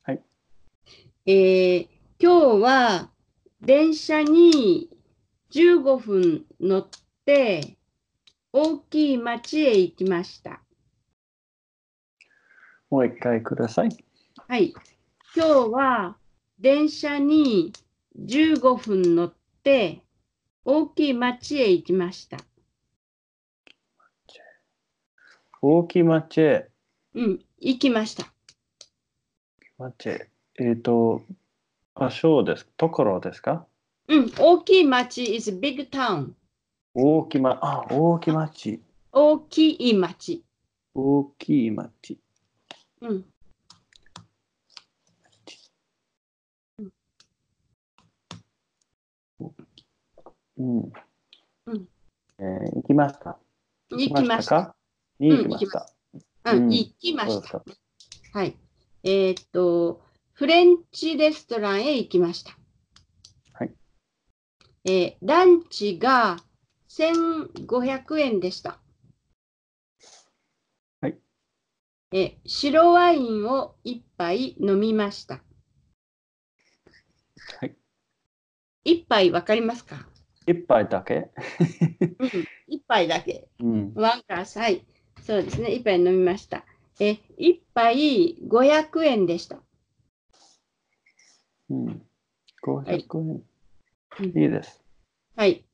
Speaker 2: はい。
Speaker 1: えー今日は電車に15分乗って大きい町へ行きました。
Speaker 2: もう一回ください。
Speaker 1: はい。今日は電車に15分乗って大きい町へ行きました。
Speaker 2: 大きい町へ。
Speaker 1: うん、行きました。
Speaker 2: 町へ。えっ、と、場所です。ところですか
Speaker 1: うん、大きい町 is big town.
Speaker 2: 大きいま、あ、大きい町。
Speaker 1: 大きい町。
Speaker 2: 大きい町。
Speaker 1: うん。
Speaker 2: うん。
Speaker 1: うん
Speaker 2: えー行きました。
Speaker 1: 行きました。
Speaker 2: かに行きました。
Speaker 1: う、
Speaker 2: うんん
Speaker 1: 行きま
Speaker 2: そう
Speaker 1: し
Speaker 2: です
Speaker 1: た。
Speaker 2: か
Speaker 1: はい。えーっと、フレンチレストランへ行きました。
Speaker 2: はい。
Speaker 1: えーランチが1500円でした。
Speaker 2: はい。
Speaker 1: えー白ワインを一杯飲みました。
Speaker 2: はい。
Speaker 1: 一杯わかりますか
Speaker 2: 一杯だけ。
Speaker 1: うん。一杯だけ。
Speaker 2: うん。
Speaker 1: ワンカース、はい。そうですね。一杯飲みました。え、一杯500円でした。
Speaker 2: うん。500円。
Speaker 1: うん
Speaker 2: いいです。
Speaker 1: はい。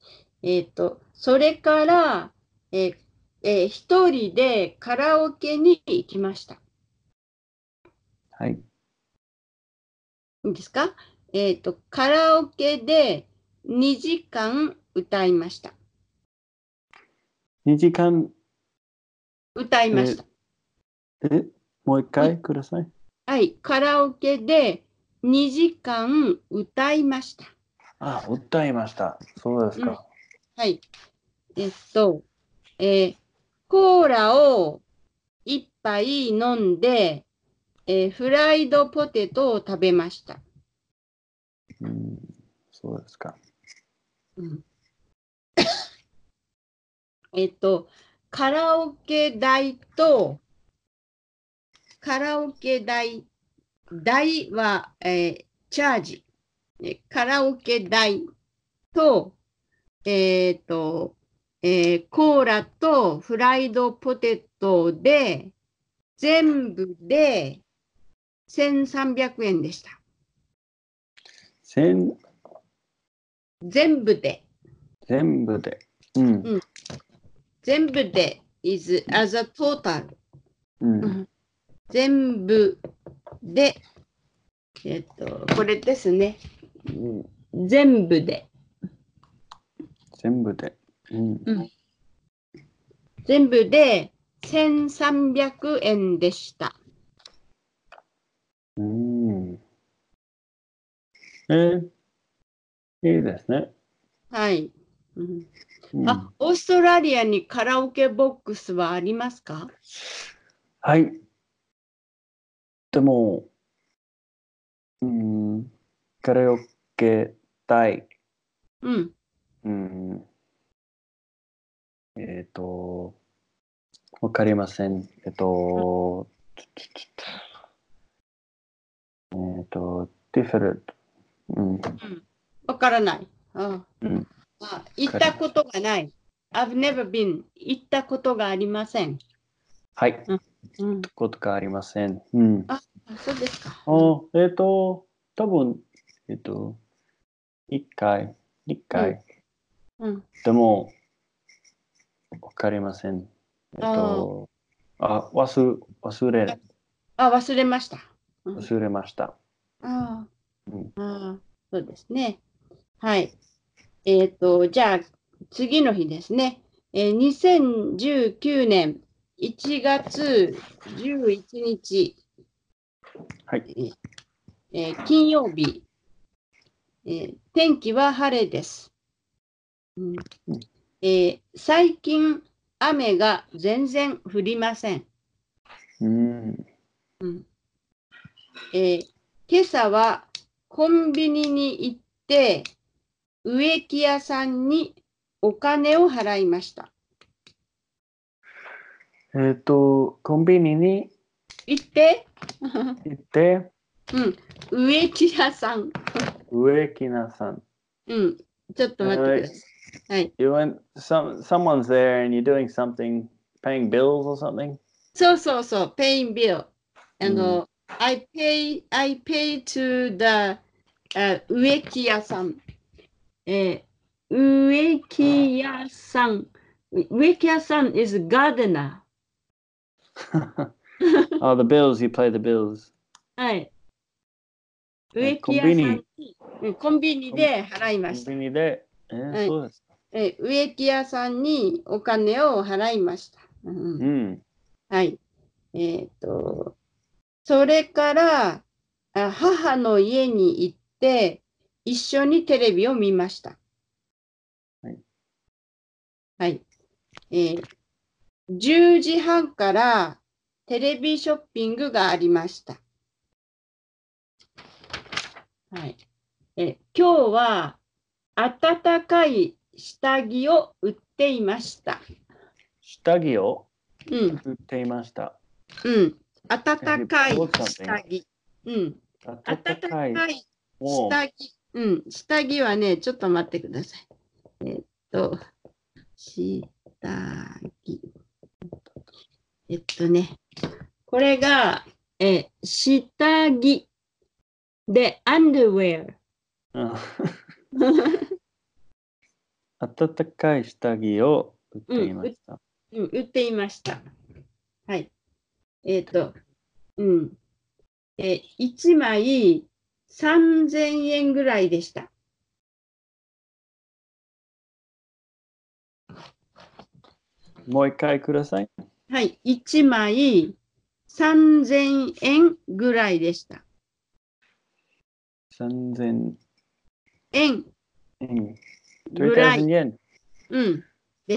Speaker 1: えっ、と、それから、えーえー一人でカラオケに行きました。
Speaker 2: はい。
Speaker 1: いいですかえっ、と、カラオケで2時間歌いました。
Speaker 2: 2時間、
Speaker 1: 歌いました。
Speaker 2: えもう一回ください。
Speaker 1: はい。カラオケで2時間歌いました。
Speaker 2: あ、歌いました。そうですか。
Speaker 1: はい。えっと、えーコーラを一杯飲んで、えーフライドポテトを食べました。
Speaker 2: うん。そうですか。
Speaker 1: [coughs] えっと、カラオケ代と、カラオケ代、代は、えーチャージ。えカラオケ代と、えっ、と、えーコーラとフライドポテトで、全部で1300円でした。
Speaker 2: 全
Speaker 1: 全部で。
Speaker 2: 全部で。うん。
Speaker 1: ん全部で is as a total
Speaker 2: うん
Speaker 1: うん全部で、えっと、これですね。うん全部で。
Speaker 2: 全部で。うん
Speaker 1: 全部で1300円でした。
Speaker 2: うんえーいいですね。
Speaker 1: はい。うん
Speaker 2: うん
Speaker 1: あ、オーストラリアにカラオケボックスはありますか
Speaker 2: はい。でも、うん、カラオケ対、
Speaker 1: うん。
Speaker 2: うん、えっ、と、わかりません。えっ、と、えっ、と、ディフェルト。うん、
Speaker 1: わからない。あ
Speaker 2: うん
Speaker 1: あ行ったことがない。I've never been. 行ったことがありません。
Speaker 2: はい、
Speaker 1: うん、
Speaker 2: ことがありません。うん。
Speaker 1: あそうですか。
Speaker 2: あ、えっ、と、多分、えっ、と、一回、一回。
Speaker 1: うん、
Speaker 2: でも、わかりません。えっと、あ、忘忘れ、
Speaker 1: あ、忘れました。うん
Speaker 2: 忘れました。
Speaker 1: ああ
Speaker 2: うん
Speaker 1: ああ、そうですね。はい。えっ、と、じゃあ、次の日ですね。えー、2019年1月11日、
Speaker 2: はい。
Speaker 1: えー金曜日、えー天気は晴れです。うん
Speaker 2: うん
Speaker 1: えー最近、雨が全然降りません。
Speaker 2: うん。
Speaker 1: うんえー今朝はコンビニに行って植木屋さんにお金を払いました。
Speaker 2: えっと、コンビニに
Speaker 1: 行って、
Speaker 2: 行って、
Speaker 1: うん、植木屋さん、
Speaker 2: 植木菜さん。
Speaker 1: うん、ちょっと待ってください。はい、
Speaker 2: You went, some, someone's there and you're doing something, paying bills or something? [laughs]
Speaker 1: そうそうそう、paying bill。あの、I pay, I pay to the、uh, 植木屋さん。えー植木屋さん。植木屋さん is gardener。
Speaker 2: oh, the bills, you play the
Speaker 1: [laughs]
Speaker 2: bills.
Speaker 1: はい。
Speaker 2: え
Speaker 1: 植木屋さんにうんコンビニで払い
Speaker 2: コ
Speaker 1: ま
Speaker 2: ン
Speaker 1: した。
Speaker 2: ビニで、えー
Speaker 1: はい
Speaker 2: そうですか。
Speaker 1: え植木屋さんにお金を払いました。うん
Speaker 2: うん。
Speaker 1: はい。えーっと、それからあ母の家に行って、一緒にテレビを見ました。
Speaker 2: はい。
Speaker 1: はい。えー10時半からテレビショッピングがありました。はい。えー今日は暖かい下着を売っていました。
Speaker 2: 下着を
Speaker 1: うん。
Speaker 2: 売っていました。
Speaker 1: うん、暖かい
Speaker 2: Bought something.
Speaker 1: 下着。うん、
Speaker 2: 暖
Speaker 1: 暖
Speaker 2: かい。
Speaker 1: かい
Speaker 2: もう
Speaker 1: 下着。うん、下着はね、ちょっと待ってください。えっと、下着。えっとね、これが、えー下着で underwear。
Speaker 2: うん暖かい下着を売っていました。
Speaker 1: うん、売っていました。はい。えっ、と、うん。えー、1枚3000円ぐらいでした。
Speaker 2: もう一回ください。
Speaker 1: はい、1枚3000円ぐらいでした。
Speaker 2: 3000
Speaker 1: 円
Speaker 2: 円。
Speaker 1: ぐらい。
Speaker 2: 3000円
Speaker 1: うん。で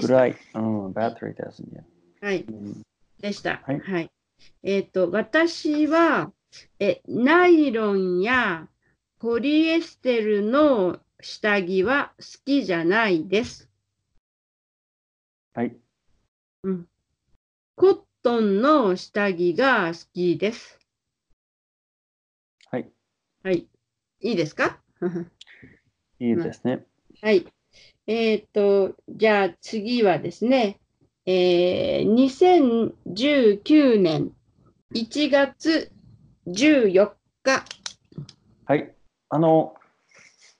Speaker 2: ぐ
Speaker 1: した。
Speaker 2: らい。うん、about 3000円。
Speaker 1: はい、
Speaker 2: うん
Speaker 1: でした。
Speaker 2: はい
Speaker 1: はい。えっ、と、私は、え、ナイロンやポリエステルの下着は好きじゃないです。
Speaker 2: はい。
Speaker 1: うん。コットンの下着が好きです。
Speaker 2: はい。
Speaker 1: はい。いいですか
Speaker 2: いいですね。
Speaker 1: はい。えっ、と、じゃあ次はですね、えー、2019年1月14日。
Speaker 2: はい。あの、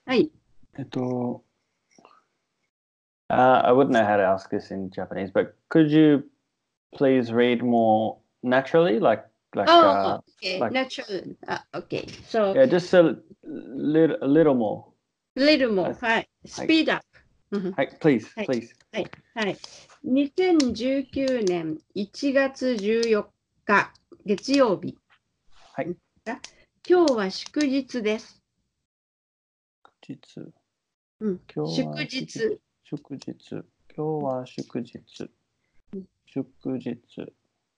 Speaker 1: はい。
Speaker 2: えっと、 Uh, I wouldn't know how to ask this in Japanese, but could you please read more naturally, like like uh,
Speaker 1: Oh, okay.
Speaker 2: like-
Speaker 1: Natural. Uh, okay. So
Speaker 2: yeah, just a little a little more.
Speaker 1: little more. はい。スピードアップ。うん
Speaker 2: Hey, please,
Speaker 1: Hey.
Speaker 2: please.
Speaker 1: はい。2019年1月14日、月曜日。
Speaker 2: はい。
Speaker 1: 今日は祝日です。
Speaker 2: Jitsu.
Speaker 1: うん。
Speaker 2: 今日は
Speaker 1: 祝日。
Speaker 2: 祝日。今日は祝日
Speaker 1: うん。
Speaker 2: 祝日。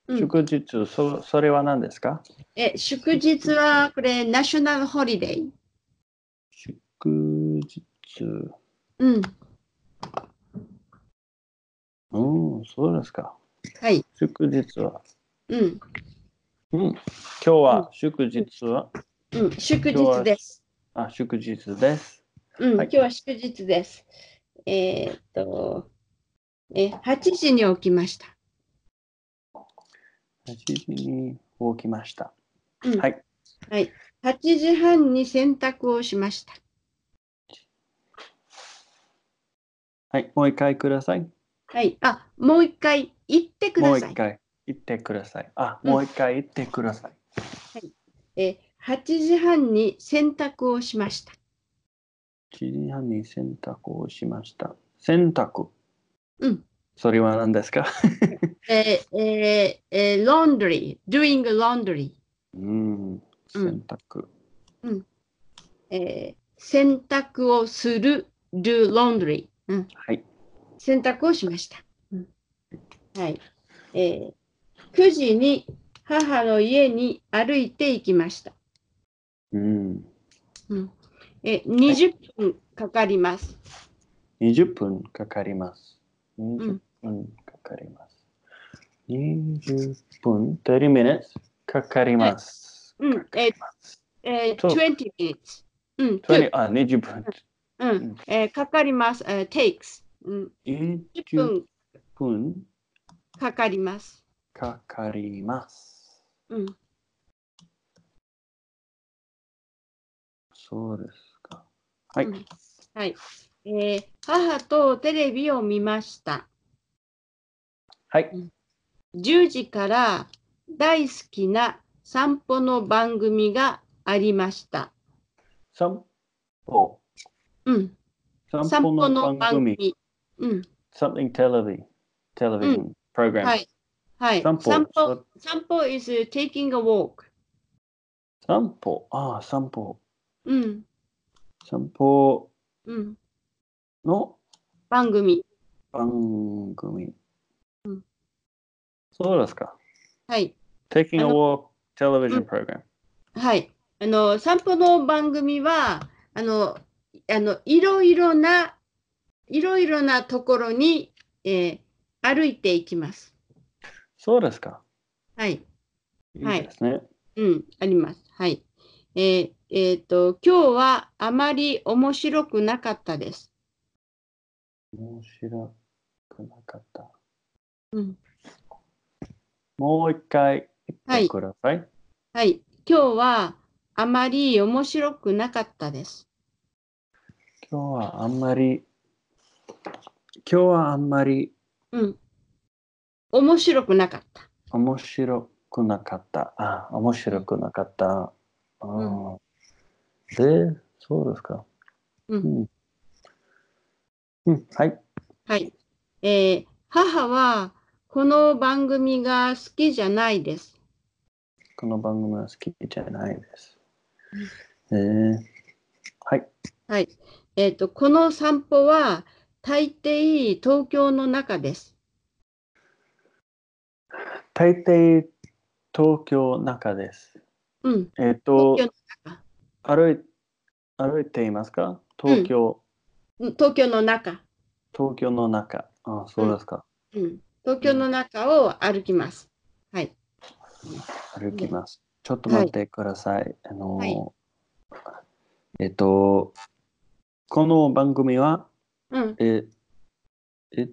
Speaker 1: うん
Speaker 2: 祝日、そそれは何ですか
Speaker 1: え、祝日はこれ、ナショナルホリデー。
Speaker 2: 祝日。
Speaker 1: うん。
Speaker 2: うん、そうですか。
Speaker 1: はい。
Speaker 2: 祝日は。
Speaker 1: うん。
Speaker 2: うん。今日は祝日は、
Speaker 1: うん。祝日です。
Speaker 2: あ、祝日です。
Speaker 1: うん。
Speaker 2: は
Speaker 1: 今
Speaker 2: い
Speaker 1: 日は祝日です。えーっと、え、8時に起きました。
Speaker 2: 8時に起きました。
Speaker 1: うん
Speaker 2: はい。
Speaker 1: 8時半に洗濯をしました。
Speaker 2: はい、もう一回ください。
Speaker 1: はい。あ、もう一回言ってく
Speaker 2: も
Speaker 1: だ
Speaker 2: う
Speaker 1: さい
Speaker 2: 一。回言ってください。あ、
Speaker 1: うん
Speaker 2: もう一回言ってください。
Speaker 1: えー、8時半に洗濯をしました。
Speaker 2: 1時半に洗濯をしました。洗濯。
Speaker 1: うん。
Speaker 2: それは何ですか
Speaker 1: えーえーえー、laundry, doing laundry、
Speaker 2: うん。洗濯。
Speaker 1: えー洗濯をする、do laundry、うん。
Speaker 2: はい。
Speaker 1: 洗濯をしました。うんはい。えー、9時に母の家に歩いて行きました。
Speaker 2: うん。
Speaker 1: うん、えー20分かかります。
Speaker 2: 20分かかります。20分かかります。20分、30 minutes かかります。
Speaker 1: うん
Speaker 2: かかります
Speaker 1: えー、
Speaker 2: そう
Speaker 1: 20 minutes。うん、
Speaker 2: 20あ、20分。
Speaker 1: うんえーかかります。えー takes、うん。
Speaker 2: 20
Speaker 1: 10分
Speaker 2: 分
Speaker 1: かかります。
Speaker 2: かかります。
Speaker 1: うん、
Speaker 2: そうですか。はい。
Speaker 1: うんはい、えー母とテレビを見ました。
Speaker 2: はい。
Speaker 1: 10時から大好きな散歩の番組がありました。
Speaker 2: 散歩。
Speaker 1: うん、散
Speaker 2: 散歩の
Speaker 1: 歩の
Speaker 2: 番
Speaker 1: 番
Speaker 2: 組。
Speaker 1: 組。うん、
Speaker 2: something television television program
Speaker 1: はい。はい、
Speaker 2: 散歩
Speaker 1: 散歩散歩 is taking a walk。
Speaker 2: 散歩ああ散歩
Speaker 1: うん、
Speaker 2: 散歩
Speaker 1: うん、
Speaker 2: の
Speaker 1: 番組。
Speaker 2: 番組、
Speaker 1: うん
Speaker 2: そうですか
Speaker 1: はい。
Speaker 2: taking a
Speaker 1: あの
Speaker 2: walk
Speaker 1: う
Speaker 2: television
Speaker 1: ん
Speaker 2: program
Speaker 1: はい。あの散歩の番組はあのあのいろいろないろいろなところに、えー歩いていきます。
Speaker 2: そうですか
Speaker 1: はい。
Speaker 2: い
Speaker 1: はい
Speaker 2: いですね、
Speaker 1: うん、あります。はい。えーえーと今日はあまり面白くなかったです。
Speaker 2: 面白くなかった
Speaker 1: うん、
Speaker 2: もう一回言ってください、
Speaker 1: はい。今日はあまり面白くなかったです。
Speaker 2: 今日はあんまり今日はあんまり
Speaker 1: うん。面白くなかった。
Speaker 2: 面白くなかった。あ、面白くなかった。あーで、そうですか。
Speaker 1: う。
Speaker 2: うんん。うん、はい。
Speaker 1: はい。えー母はこの番組が好きじゃないです。
Speaker 2: この番組は好きじゃないです。えー、はい。
Speaker 1: はい。えっ、と、この散歩は大抵東京の中です。
Speaker 2: 大抵、東京の中です。
Speaker 1: うん。
Speaker 2: えっ、と、
Speaker 1: 東
Speaker 2: 歩い、歩いていますか東京、
Speaker 1: うん東京の中。
Speaker 2: 東京の中。あ、そうですか。
Speaker 1: うん。東京の中を歩きます。はい。
Speaker 2: 歩きます。ちょっと待ってください。あのー
Speaker 1: はい
Speaker 2: えっと、この番組は、
Speaker 1: うん。
Speaker 2: え、え、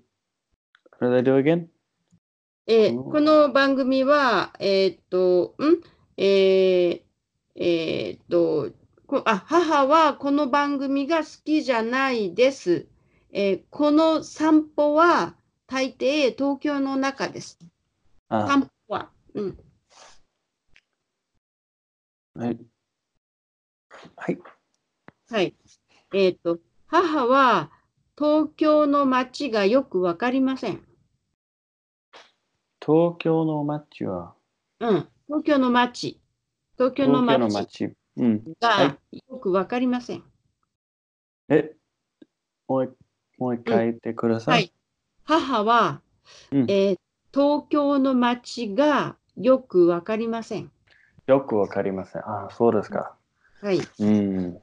Speaker 2: あれだよ、again?
Speaker 1: えー
Speaker 2: うん
Speaker 1: この番組は、えっ、と、んえーえっ、とこあ、母はこの番組が好きじゃないです。えーこの散歩は大抵東京の中です。
Speaker 2: あ、
Speaker 1: 散歩は。うん、
Speaker 2: はい。はい。
Speaker 1: はい。えっ、と、母は東京の街がよくわかりません。
Speaker 2: 東京の街は、
Speaker 1: うん、東京の街。東京
Speaker 2: 東京
Speaker 1: の
Speaker 2: の
Speaker 1: 街
Speaker 2: 街。うん。
Speaker 1: がよくわかりません。
Speaker 2: え、もう一もう一回言ってください。
Speaker 1: はい。母は、
Speaker 2: うん
Speaker 1: えー東京の街がよくわかりません。
Speaker 2: よくわかりません。あ、そうですか。
Speaker 1: はい。
Speaker 2: うん。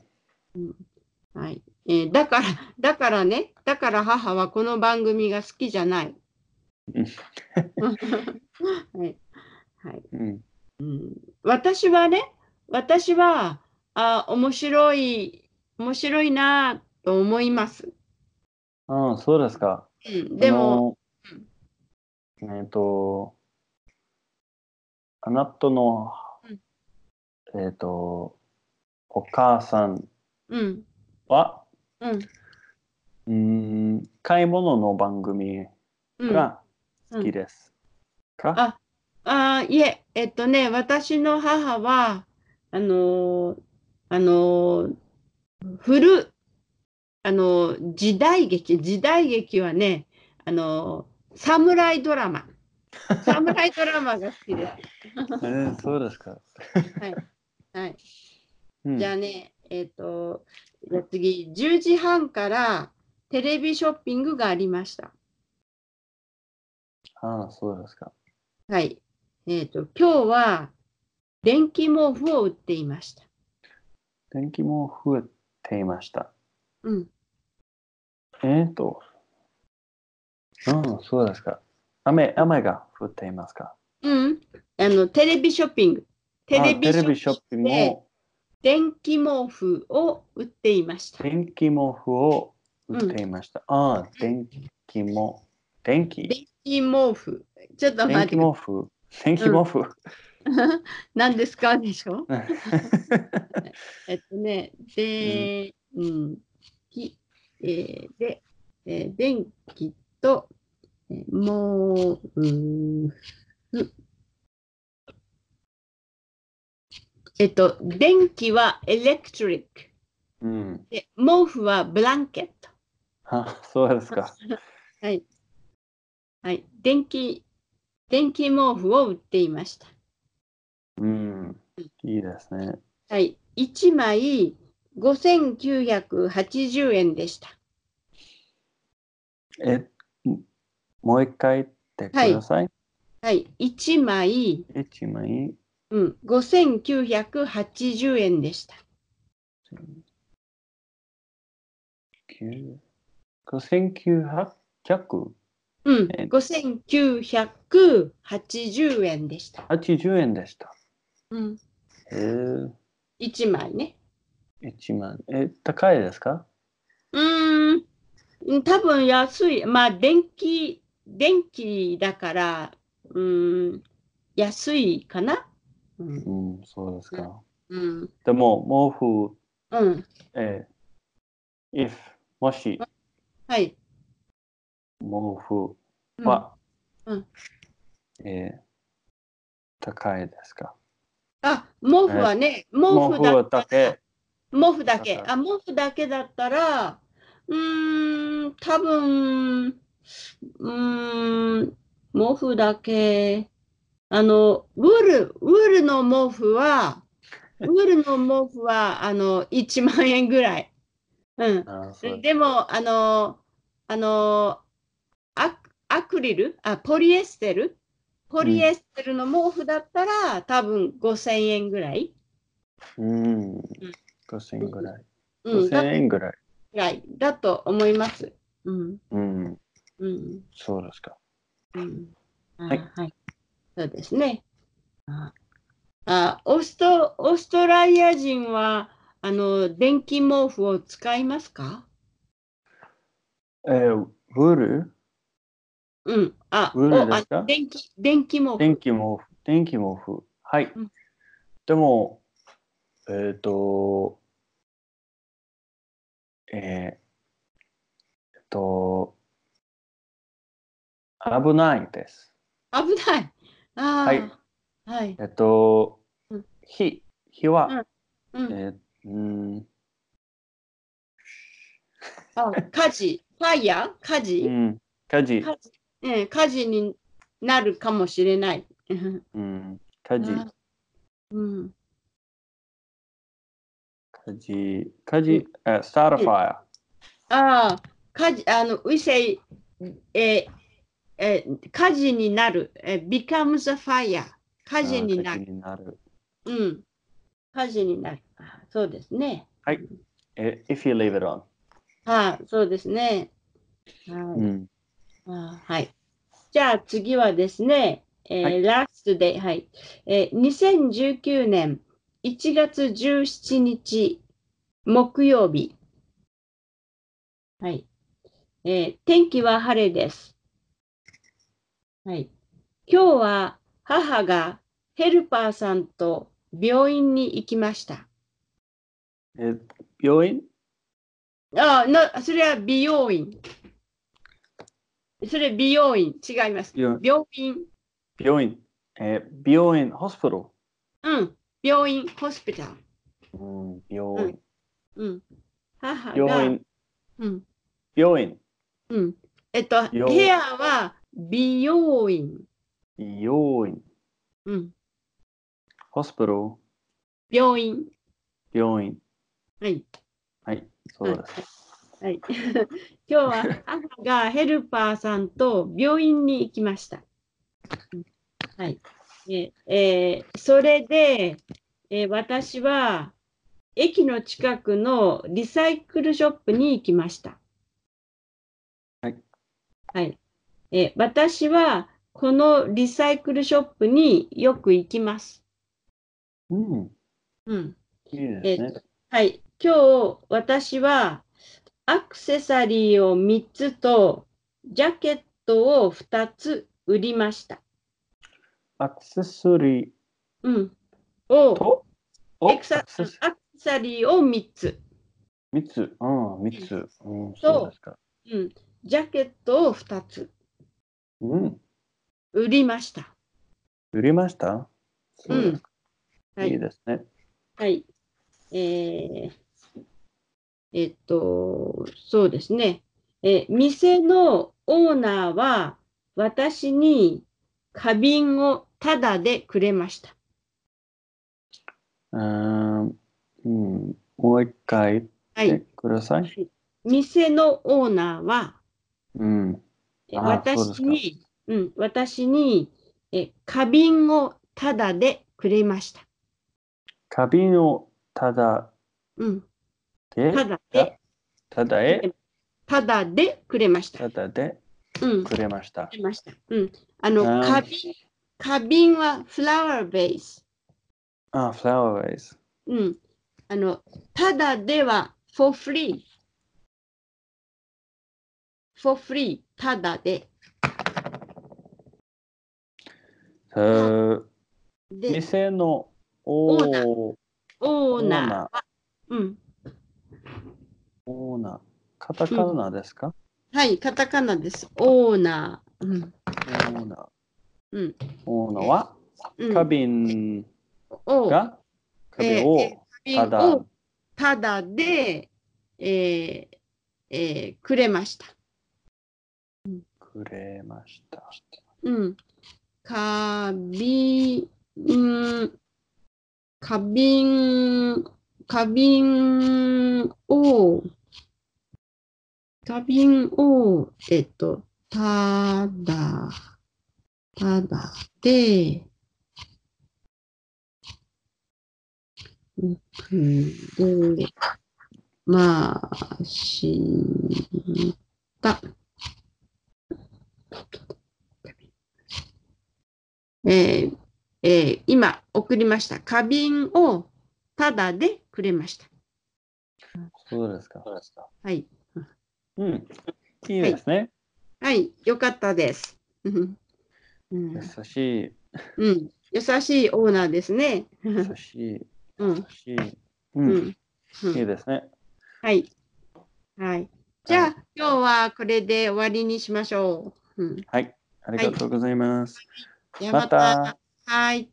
Speaker 1: はい。えーだから、だからね、だから母はこの番組が好きじゃない。
Speaker 2: うん
Speaker 1: [laughs] はい。はい。
Speaker 2: うん。
Speaker 1: 私はね、私は、あ、面白い、面白いなと思います。
Speaker 2: あ、そうですか。
Speaker 1: うん、でも、
Speaker 2: あの、えっ、と、あなたの、えっ、と、お母さん
Speaker 1: うん、
Speaker 2: は、
Speaker 1: うん、
Speaker 2: うーん、買い物の番組
Speaker 1: うん。
Speaker 2: が好きです。
Speaker 1: あ
Speaker 2: か、
Speaker 1: あーいえ、えっとね、私の母は、あのーあのー古、あのー時代劇、時代劇はね、あのー侍ドラ
Speaker 2: [laughs]
Speaker 1: マ、侍ドラマが好きで
Speaker 2: えーそうですか。
Speaker 1: す。はい、
Speaker 2: うん
Speaker 1: じゃあね、えっと、じゃあ次、10時半からテレビショッピングがありました。
Speaker 2: ああ、そうですか。
Speaker 1: はい。えっと、今日は電気毛布を売っていました。
Speaker 2: 天気も増えていました。
Speaker 1: うん。
Speaker 2: えっ、と、うん、そうですか。雨、雨が降っていますか。
Speaker 1: うん、あのテレビショッピング。テレビ
Speaker 2: あ
Speaker 1: シ
Speaker 2: テ
Speaker 1: ョ
Speaker 2: レビショ
Speaker 1: ッ
Speaker 2: ッ
Speaker 1: ピ
Speaker 2: ピ
Speaker 1: ン
Speaker 2: ン
Speaker 1: グ
Speaker 2: グ
Speaker 1: で
Speaker 2: も
Speaker 1: 電気毛布を売っていました。
Speaker 2: 電気毛布を売っていました。ああ、電気も、電気
Speaker 1: 電気毛布。ちょっと待
Speaker 2: 電
Speaker 1: っ
Speaker 2: 気
Speaker 1: て。
Speaker 2: 毛布電気毛布、
Speaker 1: 何ですかでし
Speaker 2: [laughs]
Speaker 1: ょえっとね、で、うん、きえーで、えー電気と、えー、毛布。えっと、電気はエレクトリック。
Speaker 2: うん。
Speaker 1: で、毛布はブランケット。
Speaker 2: あ、そうです
Speaker 1: [laughs]
Speaker 2: か。
Speaker 1: はい。はい。電気、電気毛布を売っていました。
Speaker 2: うん。いいですね。
Speaker 1: はい。1枚5980円でした。
Speaker 2: え、もう一回言ってください。
Speaker 1: はい。1枚、
Speaker 2: 一枚。
Speaker 1: うん、5980円でした。
Speaker 2: 九5980
Speaker 1: うん。
Speaker 2: え
Speaker 1: 5980円でした。
Speaker 2: 円でした。
Speaker 1: うん。
Speaker 2: へえ、
Speaker 1: 1枚ね。
Speaker 2: 1万。え、高いですか
Speaker 1: うーんうん、多分安い。まあ、電気、電気だから、うーん、安いかな。うん、
Speaker 2: うん、そうですか。
Speaker 1: うん、
Speaker 2: でも、毛布、
Speaker 1: うん、
Speaker 2: えー、if、もし、
Speaker 1: はい。
Speaker 2: 毛布
Speaker 1: うん
Speaker 2: は、
Speaker 1: うん
Speaker 2: えー高いですか
Speaker 1: あ、毛布はね、
Speaker 2: 毛
Speaker 1: 毛布
Speaker 2: 布は
Speaker 1: だ
Speaker 2: だけ、
Speaker 1: 毛布だけ。
Speaker 2: だか
Speaker 1: あ、毛布だけだったら、うーん、多分、うーん、毛布だけ。あの、ウール、ウールの毛布
Speaker 2: [laughs]
Speaker 1: は、ウールの毛布は、あの、1万円ぐらい。うん。
Speaker 2: あーそう
Speaker 1: でも、あの、あの、アクアクリルあ、ポリエステルポリエステルの毛布だったら、多分5000円ぐらい。
Speaker 2: うん、5000円ぐらい。
Speaker 1: うん、だ
Speaker 2: 5000円ぐらい。
Speaker 1: ぐらいだと思います。うん、
Speaker 2: うん、
Speaker 1: うん、
Speaker 2: そうですか。
Speaker 1: うん。あ
Speaker 2: はい
Speaker 1: はい。そうですね。ああオースト、オーストラリア人は、あの、電気毛布を使いますか
Speaker 2: えー、ウール
Speaker 1: うん。あ、
Speaker 2: ウール
Speaker 1: お
Speaker 2: ですか
Speaker 1: あ電気、電気毛布。
Speaker 2: 電気毛布、電気毛布。はい。
Speaker 1: うん
Speaker 2: でも、えっ、と、えーと、危ないです。
Speaker 1: 危ない。ああ。
Speaker 2: はい。
Speaker 1: はい。
Speaker 2: えっと
Speaker 1: うん、
Speaker 2: 火、火は、
Speaker 1: うん。
Speaker 2: えーうん、
Speaker 1: あ、火事。ファイヤー火
Speaker 2: う
Speaker 1: 事、
Speaker 2: ん、火事、
Speaker 1: 火事ええ火事になるかもしれない。うん
Speaker 2: うん、火事、
Speaker 1: あうん。
Speaker 2: 火事、火事、え、start a fire。
Speaker 1: ああ、火事、あの、we say, えーえー火事になる。えー becomes a fire. 火事にな
Speaker 2: あー
Speaker 1: る。
Speaker 2: 火事になる。
Speaker 1: うん。火事になる。あそうですね。
Speaker 2: え、if you leave it on。
Speaker 1: はい、そうですね。はい。
Speaker 2: うん。
Speaker 1: あーはい。じゃあ次はですね、えー
Speaker 2: はい
Speaker 1: ラストで、はいえー2019年1月17日木曜日。はい。えー天気は晴れです。はい。今日は母がヘルパーさんと病院に行きました。
Speaker 2: え、病院
Speaker 1: ああ、な、それは美容院。それ美容院。違います。
Speaker 2: 病院
Speaker 1: 病院。
Speaker 2: 病院。え、病院、hospital。
Speaker 1: うん。病院、ホスピタル。
Speaker 2: うん、病院。
Speaker 1: うん。母が。
Speaker 2: 病院、
Speaker 1: うん。
Speaker 2: 病院。
Speaker 1: うん。えっと、
Speaker 2: 病
Speaker 1: ヘアは美容院。
Speaker 2: 病院。
Speaker 1: うん。
Speaker 2: hospital。
Speaker 1: 病院。
Speaker 2: 病院。
Speaker 1: はい。
Speaker 2: はい、そうです。
Speaker 1: はい。 [laughs] 今日は母がヘルパーさんと病院に行きました。はい。えーえーそれで、えー私は駅の近くのリサイクルショップに行きました。
Speaker 2: はい。
Speaker 1: はい。えー私はこのリサイクルショップによく行きます。
Speaker 2: うん、
Speaker 1: うん。
Speaker 2: いいですね。
Speaker 1: はい、今日私はアクセサリーを3つとジャケットを2つ売りました。
Speaker 2: アクセサリー
Speaker 1: うん、を
Speaker 2: と、お
Speaker 1: エクサ
Speaker 2: アクセサ
Speaker 1: アクセサリーを3つ、
Speaker 2: 三つ、うん、三つ、うん、
Speaker 1: そう
Speaker 2: そうですか。
Speaker 1: うん、ジャケットを2つ
Speaker 2: うん、
Speaker 1: 売りました。
Speaker 2: 売りました。
Speaker 1: う
Speaker 2: そうです
Speaker 1: ん
Speaker 2: か、
Speaker 1: はい
Speaker 2: い
Speaker 1: い、
Speaker 2: ですね。
Speaker 1: はい。えーえっと、そうですね。えー店のオーナーは私に花瓶をタダでくれました。
Speaker 2: うん、うん、もう一回
Speaker 1: は
Speaker 2: 言っ
Speaker 1: い
Speaker 2: て。ください。
Speaker 1: 店のオーナーは、
Speaker 2: うん、
Speaker 1: え
Speaker 2: あーそうで
Speaker 1: 私
Speaker 2: すか
Speaker 1: に、うん、私に、え、花瓶をタダでくれました。
Speaker 2: 花瓶をただ
Speaker 1: うん、
Speaker 2: で、
Speaker 1: タダで、
Speaker 2: ただへ、
Speaker 1: タダでくれました。
Speaker 2: ただで
Speaker 1: うん、く
Speaker 2: くれました。
Speaker 1: れました。うん、あ
Speaker 2: あ
Speaker 1: の、
Speaker 2: ー
Speaker 1: 花瓶、花瓶はフラワーベース。
Speaker 2: あ、フラワー s
Speaker 1: うん、あの、タダでは for free。for free、タダで。
Speaker 2: そう、
Speaker 1: で、
Speaker 2: 店の
Speaker 1: オ
Speaker 2: オ
Speaker 1: ーナー
Speaker 2: ー
Speaker 1: オーナー
Speaker 2: ナー、
Speaker 1: うん、
Speaker 2: オーナー、カタカナですか、
Speaker 1: はい、カタカナです。オーナー。うん
Speaker 2: オーナー、
Speaker 1: うん、
Speaker 2: オーナーは
Speaker 1: うん
Speaker 2: 花瓶
Speaker 1: を
Speaker 2: が花瓶
Speaker 1: えええ
Speaker 2: を
Speaker 1: 瓶
Speaker 2: ただ
Speaker 1: をただで、えーえーくれました。
Speaker 2: くれました。
Speaker 1: うん。花瓶、うん花瓶、花瓶を、花瓶を、えっと、ただ、ただで、うんで、まあ、した。えーえー今送りました。花瓶をタダでくれました。
Speaker 2: そうですか。そうですか。
Speaker 1: はい。
Speaker 2: うん。いいですね。
Speaker 1: はい、よかったです。うんうん
Speaker 2: 優しい、
Speaker 1: うん、優しいオーナーですね。 [laughs]
Speaker 2: 優しい、
Speaker 1: うん
Speaker 2: 優しい。う。
Speaker 1: うんんう
Speaker 2: いい
Speaker 1: ん、
Speaker 2: ですね。
Speaker 1: はい。はい。じゃあ、今日はこれで終わりにしましょう。うん、
Speaker 2: はい。ありがとうございます。
Speaker 1: では
Speaker 2: また
Speaker 1: はい。